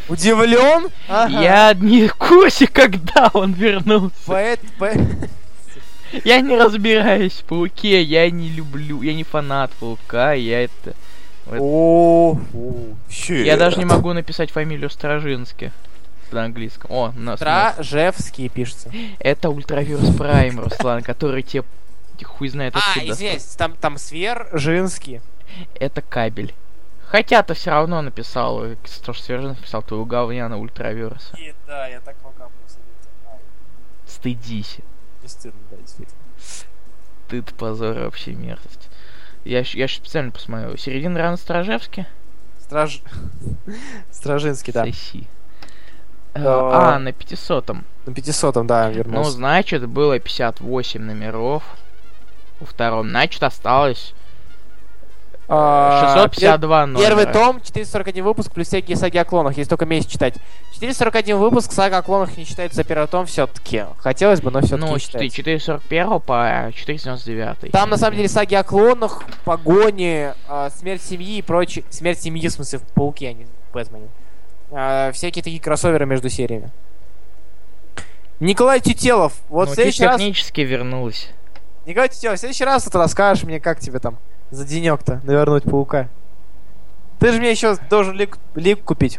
Speaker 2: Удивлен?
Speaker 1: Я не в курсе, <laughs> когда он вернулся.
Speaker 2: Поэт, поэт...
Speaker 1: Я не разбираюсь в пауке, я не люблю, я не фанат паука, я это. Вот.
Speaker 2: О,
Speaker 1: Я даже не могу написать фамилию Стражински на английском. О, у нас нет.
Speaker 2: Тражевский пишется.
Speaker 1: Это Ультравирус Прайм, Руслан, который тебе хуй знает
Speaker 2: А,
Speaker 1: откуда.
Speaker 2: извиняюсь, там, там Свер Жинский.
Speaker 1: Это кабель. Хотя ты все равно написал, э, то, что Свержин написал, твоего говняна Ультравируса.
Speaker 2: И, да, я так могу
Speaker 1: Стыдись.
Speaker 2: Не стыдно, да, действительно.
Speaker 1: Стыд, позор и общая мерзость. Я, щ- я щ специально посмотрю. Середина рано Стражевски?
Speaker 2: Страж... <laughs> Стражинский, да.
Speaker 1: Соси. Э,
Speaker 2: Да.
Speaker 1: А, на 500-м.
Speaker 2: На 500 да,
Speaker 1: Ну,
Speaker 2: вернулся.
Speaker 1: значит, было 58 номеров. У втором. Значит, осталось
Speaker 2: А,
Speaker 1: 652 номера. Ну,
Speaker 2: Первый том, 441 выпуск, плюс всякие саги о клонах, если только месяц читать. 441 выпуск, сага о клонах не считается за первый том все-таки. Хотелось бы, но все-таки
Speaker 1: Ну,
Speaker 2: не
Speaker 1: четы-
Speaker 2: считается.
Speaker 1: 441 по 499.
Speaker 2: Там, на
Speaker 1: Ну,
Speaker 2: самом деле, саги о клонах, погони, э, смерть семьи и прочее. Смерть семьи, в смысле, в Пауке, а не в Бэтмене. Э, всякие такие кроссоверы между сериями. Николай Тютелов,
Speaker 1: Ну,
Speaker 2: вот в
Speaker 1: ты
Speaker 2: следующий раз...
Speaker 1: технически вернулась.
Speaker 2: Николай Тютелов, в следующий раз вот расскажешь мне, как тебе там за денек-то навернуть паука. Ты же мне еще должен лик, лик купить.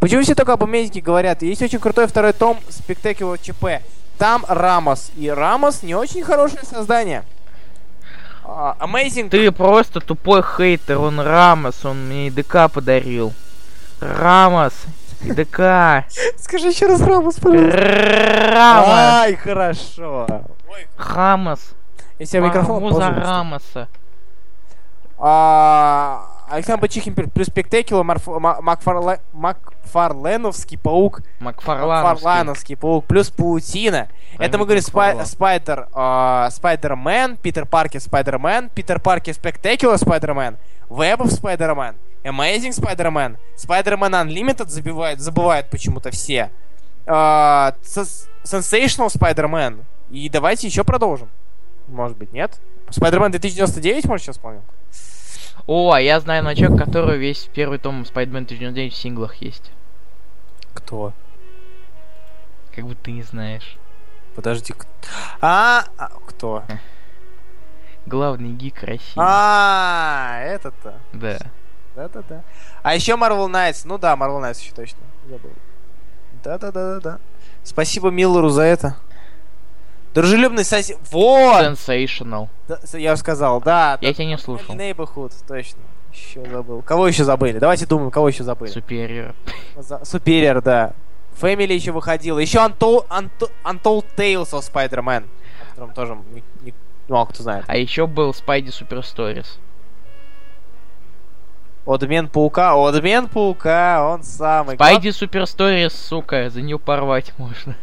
Speaker 2: Почему все только об Америке говорят? Есть очень крутой второй том спектакля ЧП. Там Рамос. И Рамос не очень хорошее создание. А, Amazing.
Speaker 1: Ты просто тупой хейтер, он Рамос, он мне ИДК подарил. Рамос,
Speaker 2: <laughs>
Speaker 1: ИДК,
Speaker 2: <laughs> Скажи еще раз Рамос, пожалуйста.
Speaker 1: Рамос,
Speaker 2: Ай, хорошо.
Speaker 1: Рамос,
Speaker 2: Я себе микрофон
Speaker 1: Муза
Speaker 2: положу.
Speaker 1: Рамоса.
Speaker 2: А, Александр Бачихин плюс спектакля Макфарленовский паук.
Speaker 1: Макфарлановский.
Speaker 2: Фарлановский паук, плюс паутина.
Speaker 1: Пойми,
Speaker 2: Это мы говорим
Speaker 1: как
Speaker 2: спай-
Speaker 1: Фарлан.
Speaker 2: Спайдер, а, Спайдермен, Питер Паркер Спайдермен, Питер Паркер Спектакула Спайдермен, Веб оф Спайдермен, Amazing Спайдермен, Спайдермен Unlimited забивает, забывают почему-то все. А, Сенс- Sensational Спайдермен. И давайте еще продолжим. Может быть, нет? Спайдермен 2099, может, сейчас вспомним?
Speaker 1: О, а я знаю на человека, который весь первый том Spider-Man 2099 в синглах есть.
Speaker 2: Кто?
Speaker 1: Как будто ты не знаешь.
Speaker 2: Подожди. к- А, а, кто?
Speaker 1: Главный гик России.
Speaker 2: А, это-то.
Speaker 1: Да.
Speaker 2: Да-да-да. А еще Marvel Knights. Ну да, Marvel Knights еще точно. Забыл. Да-да-да-да-да. Спасибо Миллеру за это. Дружелюбный сосед... Вот!
Speaker 1: Sensational.
Speaker 2: Да, с- я сказал, да.
Speaker 1: Я тебя не слушал.
Speaker 2: Neighborhood, точно. Еще забыл. Кого еще забыли? Давайте думаем, кого еще забыли.
Speaker 1: Superior.
Speaker 2: За- Superior, да. Family еще выходила. Еще Untold, Unto- Untold Tales of Spider-Man. О котором тоже ни- ни- мало кто знает.
Speaker 1: А еще был Spidey Super Stories.
Speaker 2: Одмен Паука, Одмен Паука, он самый.
Speaker 1: Spidey Super Stories, сука, за нее порвать <laughs> можно.
Speaker 2: Глав-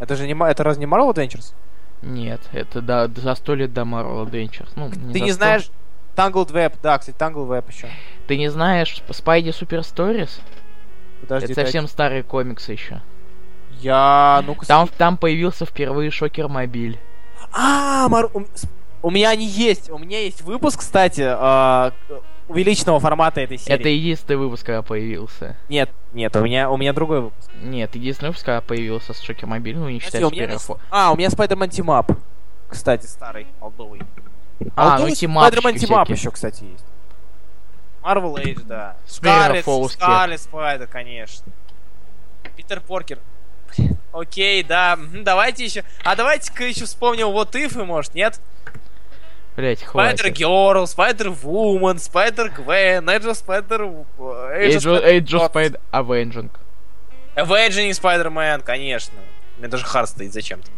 Speaker 2: Это же не, ма- это разве не Marvel Adventures?
Speaker 1: Нет, это да, за сто лет до Marvel Adventures. Ну, не
Speaker 2: Ты
Speaker 1: за
Speaker 2: не
Speaker 1: сто.
Speaker 2: знаешь Tangled Web, да, кстати, Tangled Web еще.
Speaker 1: Ты не знаешь Spidey Super Stories?
Speaker 2: Подожди,
Speaker 1: это
Speaker 2: пять-
Speaker 1: совсем старые комиксы еще.
Speaker 2: Я, ну-ка. с-
Speaker 1: Там, там появился впервые Шокер Мобиль.
Speaker 2: А, Мар- у... м- с- у меня они есть, у меня есть выпуск, кстати, э, к- увеличенного формата этой серии.
Speaker 1: Это единственный выпуск, когда появился.
Speaker 2: Нет, нет, у меня, у меня другой выпуск.
Speaker 1: Нет, единственный выпуск, когда появился с Шокер Мобиль, ну не считая
Speaker 2: Подожди, у
Speaker 1: Superior
Speaker 2: меня есть-
Speaker 1: Fo-
Speaker 2: А, у меня Spider-Man Team Up. Кстати, старый, алдовый.
Speaker 1: А, ну
Speaker 2: Алдовый
Speaker 1: тимап.
Speaker 2: Spider-Man Team Up еще, кстати, есть. Marvel Age, да.
Speaker 1: Spider
Speaker 2: Скарлет,
Speaker 1: Falls
Speaker 2: Скарлет Спайдер, конечно. Питер Поркер. Блин, Окей, да. мгм, Давайте еще. А давайте-ка еще вспомним вот if и может, нет?
Speaker 1: Блять,
Speaker 2: Spider
Speaker 1: хватит.
Speaker 2: Girl, Spider Woman, Spider Gwen, Age of Spider.
Speaker 1: Age
Speaker 2: Age
Speaker 1: of- Age of
Speaker 2: Gods.
Speaker 1: Spider Avenging.
Speaker 2: Avenging Spider-Man, конечно. У меня даже хард стоит зачем-то.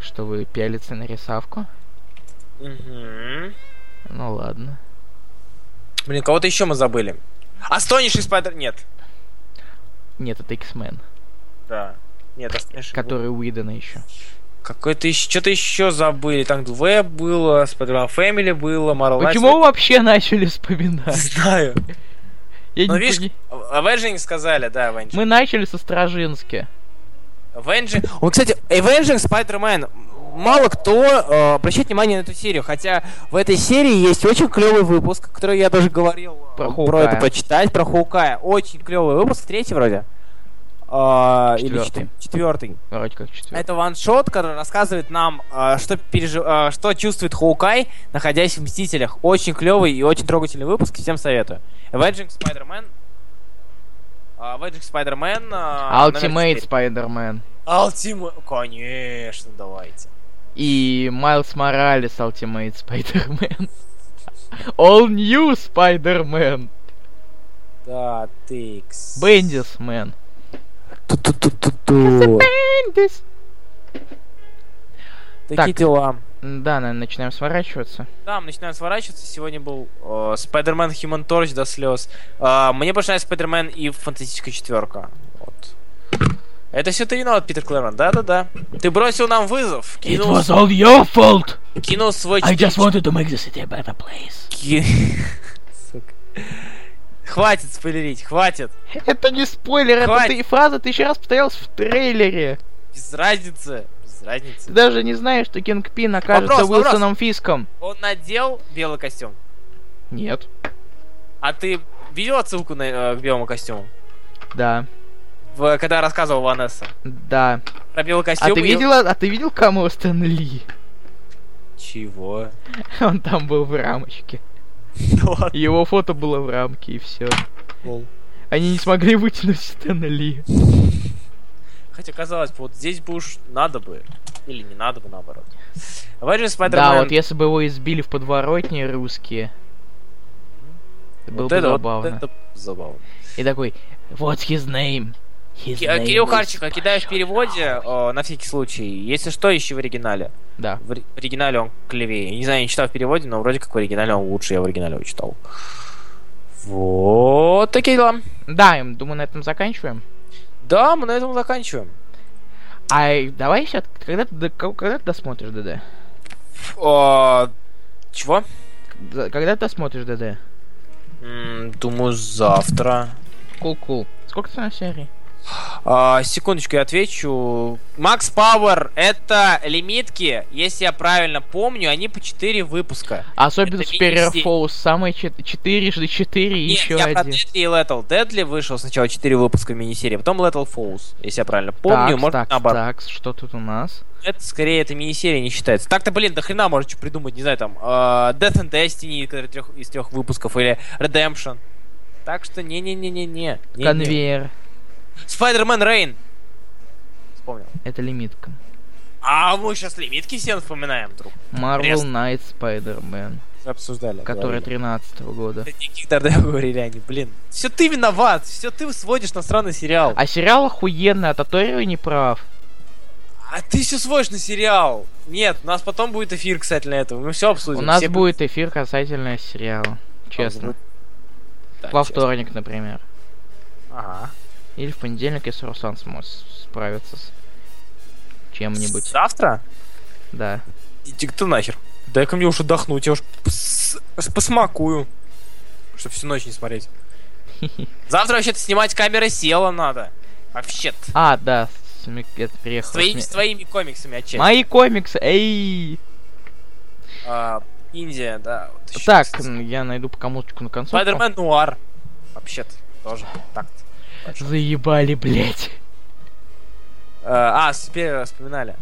Speaker 1: Что вы пялиться на рисовку?
Speaker 2: Мгм.
Speaker 1: Ну ладно.
Speaker 2: Блин, кого-то еще мы забыли. Астониши Спайдер... Нет.
Speaker 1: Нет, это X-Men,
Speaker 2: Да. Нет, Астониши...
Speaker 1: который Уидона еще.
Speaker 2: Какой-то еще... Что-то еще забыли. Там Веб было, Спайдермен Фэмили было, Марвел
Speaker 1: Почему вы вообще начали вспоминать?
Speaker 2: <laughs> Не знаю.
Speaker 1: Я
Speaker 2: Ну,
Speaker 1: не
Speaker 2: видишь,
Speaker 1: пони-
Speaker 2: Avenging сказали, да, Avenging.
Speaker 1: Мы начали со Стражински.
Speaker 2: Avenging... Ой, кстати, Avenging Spider-Man... Мало кто э, обращает внимание на эту серию, хотя в этой серии есть очень клевый выпуск, который я даже говорил э,
Speaker 1: Про
Speaker 2: про
Speaker 1: Хоукая.
Speaker 2: это почитать, про Хоукая. Очень клевый выпуск, третий вроде. А, или
Speaker 1: Четвертый.
Speaker 2: чет- четвертый.
Speaker 1: Вроде как четвертый.
Speaker 2: Это ваншот, который рассказывает нам, э, что, пережи- э, что чувствует Хоукай, находясь в Мстителях. Очень клевый и очень трогательный выпуск, всем советую. Avenging Spider-Man. э, Avenging Spider-Man. э, номер
Speaker 1: Ultimate
Speaker 2: четыре.
Speaker 1: Spider-Man.
Speaker 2: Ultimate. Конечно, давайте.
Speaker 1: И Майлз Моралес Ultimate Spider-Man. <laughs> All New Spider-Man.
Speaker 2: Да, ты. икс.
Speaker 1: Бендис, мэн.
Speaker 2: Ту-ту-ту-ту-ту.
Speaker 1: Бендис.
Speaker 2: Такие
Speaker 1: Так.
Speaker 2: дела.
Speaker 1: Да, наверное, начинаем сворачиваться.
Speaker 2: Да, мы начинаем сворачиваться. Сегодня был э, Spider-Man Human Torch до слез. Э, мне больше нравится Spider-Man и Фантастическая четверка. Вот. Это все ты виноват, Питер Клэрман. Да-да-да. Ты бросил нам вызов. Кинул,
Speaker 1: all your fault.
Speaker 2: кинул свой...
Speaker 1: wanted to make the city a better place.
Speaker 2: Ки- Сука. Хватит спойлерить, хватит.
Speaker 1: Это не спойлер, это
Speaker 2: Хватит.
Speaker 1: ты, фраза ты еще раз повторялась в трейлере.
Speaker 2: Без разницы. Без
Speaker 1: Ты
Speaker 2: разницы.
Speaker 1: даже не знаешь, что Кинг Пин окажется
Speaker 2: Вопрос, вопрос.
Speaker 1: Уилсоном Фиском.
Speaker 2: Он надел белый костюм.
Speaker 1: Нет.
Speaker 2: А ты видел отсылку на, э, к белому костюму?
Speaker 1: Да.
Speaker 2: В- когда рассказывал Ванесса.
Speaker 1: Да.
Speaker 2: Про белый
Speaker 1: А
Speaker 2: костюм.
Speaker 1: ты
Speaker 2: и-
Speaker 1: видела, а ты видел камеру Стэн Ли? <laughs>
Speaker 2: Чего?
Speaker 1: Он там был в рамочке. Ну
Speaker 2: Да ладно.
Speaker 1: Его фото было в рамке и все. Они не смогли вытянуть Стэна Ли.
Speaker 2: Хотя, казалось бы, вот здесь бы уж надо бы. Или не надо бы, наоборот. Avengers Spider-Man.
Speaker 1: Да, вот если бы его избили в подворотне русские, это было
Speaker 2: Вот
Speaker 1: бы
Speaker 2: это, вот
Speaker 1: забавно.
Speaker 2: это забавно.
Speaker 1: И такой, what's his name? His
Speaker 2: Ки- а
Speaker 1: name
Speaker 2: Кирилл
Speaker 1: is
Speaker 2: Харченко кидаю в
Speaker 1: Пашок».
Speaker 2: переводе, э, на всякий случай. Если что, еще в оригинале.
Speaker 1: Да.
Speaker 2: В, ори- в оригинале он клевее. Я не знаю, я не читал в переводе, но вроде как в оригинале он лучше, я в оригинале его читал. Вот такие дела.
Speaker 1: Да, эм, думаю, на этом заканчиваем.
Speaker 2: Да, мы на этом заканчиваем.
Speaker 1: А э, давай сейчас, когда ты, до- ко- когда ты досмотришь ДД?
Speaker 2: А, чего?
Speaker 1: За- Когда ты досмотришь ДД?
Speaker 2: М, думаю, завтра.
Speaker 1: Кул-кул. Сколько там серий?
Speaker 2: А, секундочку, я отвечу. Макс Пауэр — это лимитки, если я правильно помню, они по 4 выпуска.
Speaker 1: Особенно
Speaker 2: Это
Speaker 1: Superior
Speaker 2: мини-серия.
Speaker 1: Falls, самые 4 4 и
Speaker 2: Нет,
Speaker 1: еще
Speaker 2: я про
Speaker 1: один.
Speaker 2: Deadly и Lethal. Deadly вышел сначала 4 выпуска мини-серии, а потом Lethal Falls, если я правильно помню.
Speaker 1: Такс,
Speaker 2: может,
Speaker 1: такс,
Speaker 2: наоборот.
Speaker 1: такс, что тут у нас?
Speaker 2: Это скорее это мини-серия не считается. Так-то, блин, до хрена можно что придумать, не знаю, там, э, Death and Destiny который трёх- из трех выпусков или Redemption. Так что не-не-не-не-не. Не-не.
Speaker 1: Конвейер.
Speaker 2: Spider-Man Rain. Вспомнил.
Speaker 1: Это лимитка.
Speaker 2: А мы сейчас лимитки всем вспоминаем, друг.
Speaker 1: Marvel
Speaker 2: Интересно.
Speaker 1: Knight Spider-Man,
Speaker 2: Обсуждали.
Speaker 1: который 13 года.
Speaker 2: Никаких Дардейл говорили они, блин. Все ты виноват, все ты сводишь на странный сериал. А,
Speaker 1: А сериал охуенный, а Таторио не прав.
Speaker 2: А ты все сводишь на сериал. Нет, у нас потом будет эфир, кстати, на этого. Мы
Speaker 1: У
Speaker 2: все обсудим.
Speaker 1: нас
Speaker 2: все
Speaker 1: будет эфир касательно сериала. Честно.
Speaker 2: Да,
Speaker 1: Во
Speaker 2: честно.
Speaker 1: вторник, например.
Speaker 2: Ага.
Speaker 1: Или в понедельник, если Руслан сможет с- справиться с чем-нибудь.
Speaker 2: Завтра?
Speaker 1: Да.
Speaker 2: Иди ты нахер. Дай-ка мне уж отдохнуть, я уж пс- посмакую. Чтоб всю ночь не
Speaker 1: <laughs>
Speaker 2: смотреть. Завтра вообще-то снимать камеры села надо. Вообще-то.
Speaker 1: А, да, с ми- это приехал.
Speaker 2: С, твоими-
Speaker 1: с
Speaker 2: с
Speaker 1: ми-
Speaker 2: твоими комиксами отчасти.
Speaker 1: Мои комиксы, эй!
Speaker 2: А, Индия, да. вот ещё,
Speaker 1: Так,
Speaker 2: кстати.
Speaker 1: м, я найду по комнаточку на концу.
Speaker 2: Спайдермен Нуар. Вообще-то, тоже так.
Speaker 1: Заебали, блять.
Speaker 2: А, теперь вспоминали.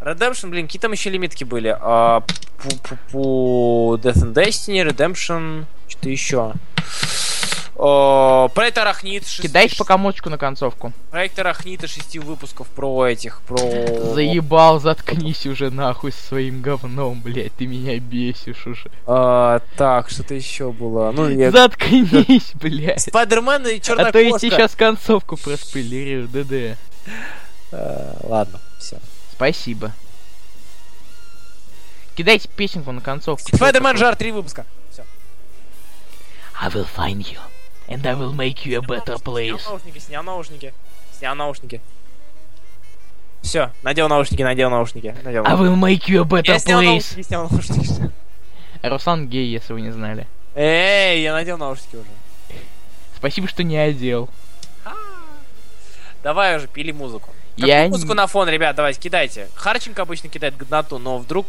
Speaker 2: Redemption, блин, какие там еще лимитки были? А, Пу-пу-пу... Death and Destiny, Redemption, что-то еще. О, Проект Арахнит. шест-
Speaker 1: Кидайте по комочку на концовку.
Speaker 2: Проект Арахнита шести выпусков про этих, <laughs> про...
Speaker 1: Заебал, заткнись уже нахуй со своим говном, блять, ты меня бесишь уже.
Speaker 2: А, так, что-то еще было. Ну, <laughs> я...
Speaker 1: Заткнись, <laughs> блять.
Speaker 2: Спайдермен и Черная
Speaker 1: А то я
Speaker 2: Кошка.
Speaker 1: тебе сейчас концовку проспойлерирую, ДД.
Speaker 2: А, ладно, все.
Speaker 1: Спасибо. Кидайте песенку на концовку.
Speaker 2: Спайдермен Жар три выпуска. Все.
Speaker 1: I will find you, and I will make you a better place.
Speaker 2: Снял наушники, снял наушники. Снял наушники. Все, надел наушники, надел наушники. Надел
Speaker 1: I will make you a А better
Speaker 2: Я снял
Speaker 1: place.
Speaker 2: наушники, снял наушники.
Speaker 1: Руслан гей, если вы не знали.
Speaker 2: Эй, я надел наушники уже.
Speaker 1: Спасибо, что не одел.
Speaker 2: Давай уже, пили музыку. Какую
Speaker 1: Я
Speaker 2: музыку
Speaker 1: не-
Speaker 2: на фон, ребят, давайте, кидайте. Харченко обычно кидает годноту, но вдруг...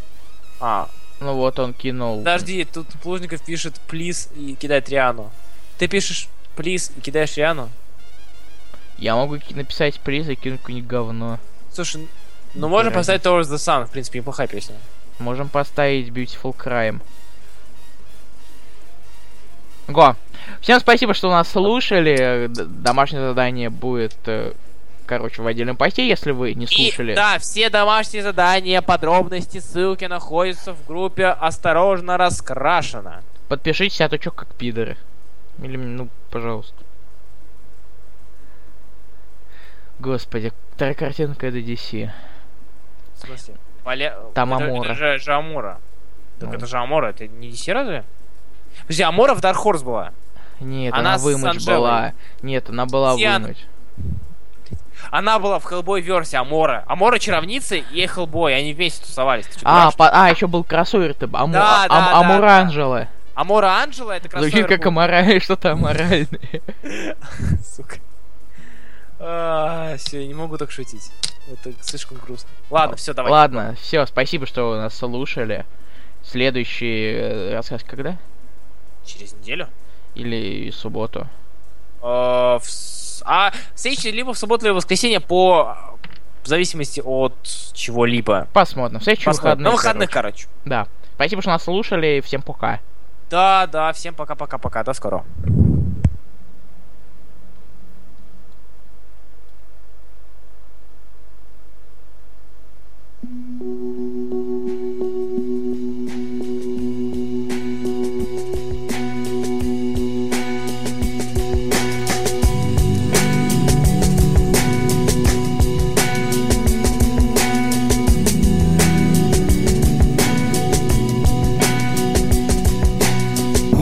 Speaker 2: А,
Speaker 1: Ну вот он кинул.
Speaker 2: подожди, тут Плужников пишет «плиз» и кидает Риану. Ты пишешь «плиз» и кидаешь Риану?
Speaker 1: Я могу ки- написать приз и кинуть какое-нибудь говно.
Speaker 2: Слушай, ну
Speaker 1: Ни
Speaker 2: можно
Speaker 1: разницы.
Speaker 2: поставить Towards the Sun, в принципе, неплохая песня.
Speaker 1: Можем поставить Beautiful Crime. Го. Всем спасибо, что нас слушали. Д- Домашнее задание будет, э, короче, в отдельном посте, если вы не
Speaker 2: И,
Speaker 1: слушали.
Speaker 2: да, все домашние задания, подробности, ссылки находятся в группе «Осторожно, раскрашено».
Speaker 1: Подпишитесь, а то чё как пидоры. Или, ну, пожалуйста. Господи, вторая картинка это DC.
Speaker 2: В смысле? Вале-
Speaker 1: Там
Speaker 2: это-
Speaker 1: Амора.
Speaker 2: Это же, же Амора. Так
Speaker 1: Ну.
Speaker 2: это же Амора, это не DC разве? Подожди, Амора в Dark Horse была.
Speaker 1: Нет,
Speaker 2: Она
Speaker 1: она,
Speaker 2: с
Speaker 1: вымочь
Speaker 2: Анжелой.
Speaker 1: была. Нет, она была
Speaker 2: Диана.
Speaker 1: вымочь.
Speaker 2: Она была в Хеллбой версии Амора. Амора Чаровницы и Хеллбой, они вместе тусовались. Ты чё,
Speaker 1: А,
Speaker 2: дурак, что ли?
Speaker 1: по- а, еще был кроссовер ты Амур,
Speaker 2: Да,
Speaker 1: а-
Speaker 2: да,
Speaker 1: Ам-
Speaker 2: да,
Speaker 1: Амур
Speaker 2: да.
Speaker 1: Анжела.
Speaker 2: Амора Анджела это кроссовер
Speaker 1: Звучит Ну, как
Speaker 2: был.
Speaker 1: амораль, <laughs> что-то аморальное.
Speaker 2: Сука. Все, А, я не могу так шутить. Это слишком грустно. Ладно, все, давай.
Speaker 1: Ладно, все, спасибо, что вы нас слушали. Следующий э, рассказ когда?
Speaker 2: Через неделю.
Speaker 1: Или субботу?
Speaker 2: Э, в с- А встреча либо в субботу, либо в воскресенье по в зависимости от чего-либо.
Speaker 1: Посмотрим. В следующий
Speaker 2: Посмотрим.
Speaker 1: выходные.
Speaker 2: На выходных,
Speaker 1: короче.
Speaker 2: короче.
Speaker 1: Да. Спасибо, что нас слушали. Всем пока.
Speaker 2: Да, да, всем пока-пока-пока, до скоро.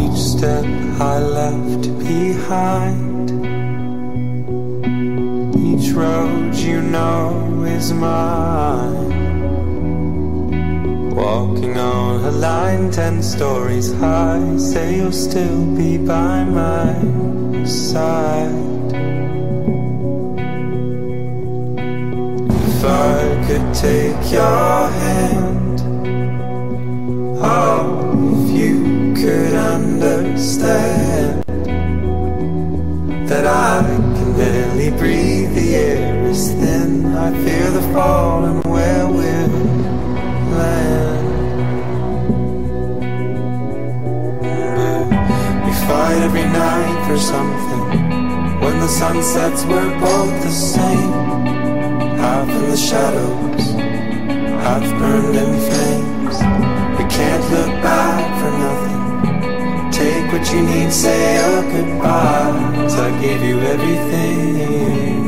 Speaker 3: each step I left behind. Each road you know is mine. Walking on a line ten stories high, say you'll still be by my side. I could take your hand. Oh, if you could understand that I can barely breathe, the air is thin. I fear the fall and where we'll land. We fight every night for something. When the sun sets, we're both the same. Half in the shadows, half burned in flames. We can't look back for nothing. Take what you need, say your goodbyes. I gave you everything,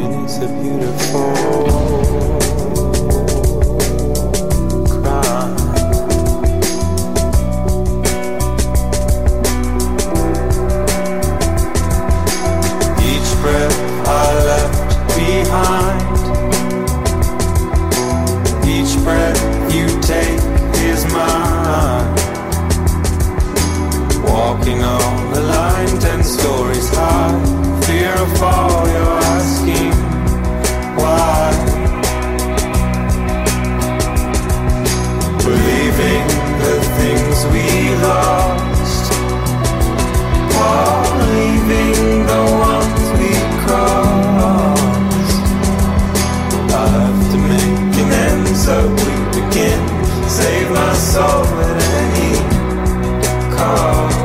Speaker 3: and it's a beautiful crime. Each breath I left behind. Each breath you take is mine. Walking on the line, ten stories high. Fear of fall, you're asking why. Believing the things we lost while leaving the ones we crossed. I have to make an end, so we begin. Save my soul at any cost.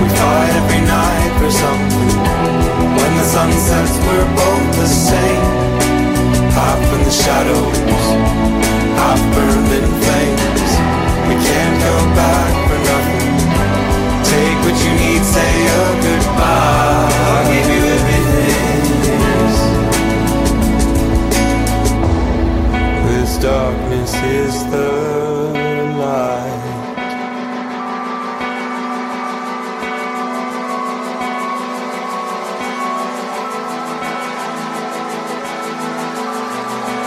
Speaker 3: We fight every night for something. When the sun sets, we're both the same. Half in the shadows, half burned in flames. We can't go back for nothing. Take what you need, say a goodbye. I'll give you everything. This darkness is the light.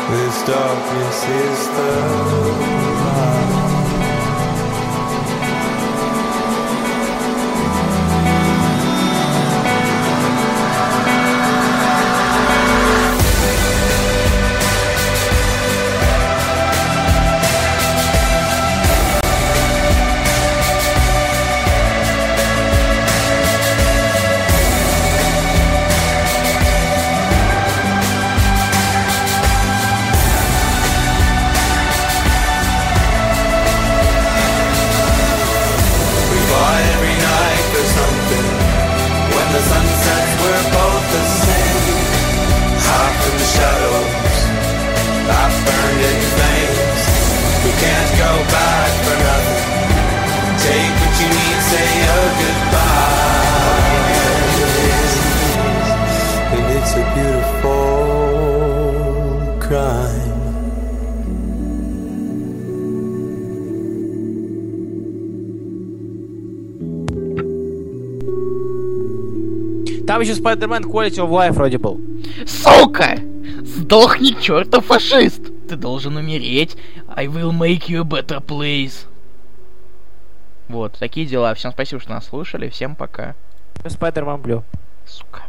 Speaker 3: This darkness is the light. We fight every night for something. When the sun sets, we're both the same. Half in the shadows, half burned in flames. We can't go back for nothing. Take what you need, say a goodbye. And it's a beautiful crime.
Speaker 2: Там еще Spider-Man Quality of Life вроде был.
Speaker 1: Сука! Сдохни, чертов фашист! Ты должен умереть. I will make you a better place. Вот, такие дела. Всем спасибо, что нас слушали. Всем пока.
Speaker 2: Spider-Man Blue.
Speaker 1: Сука.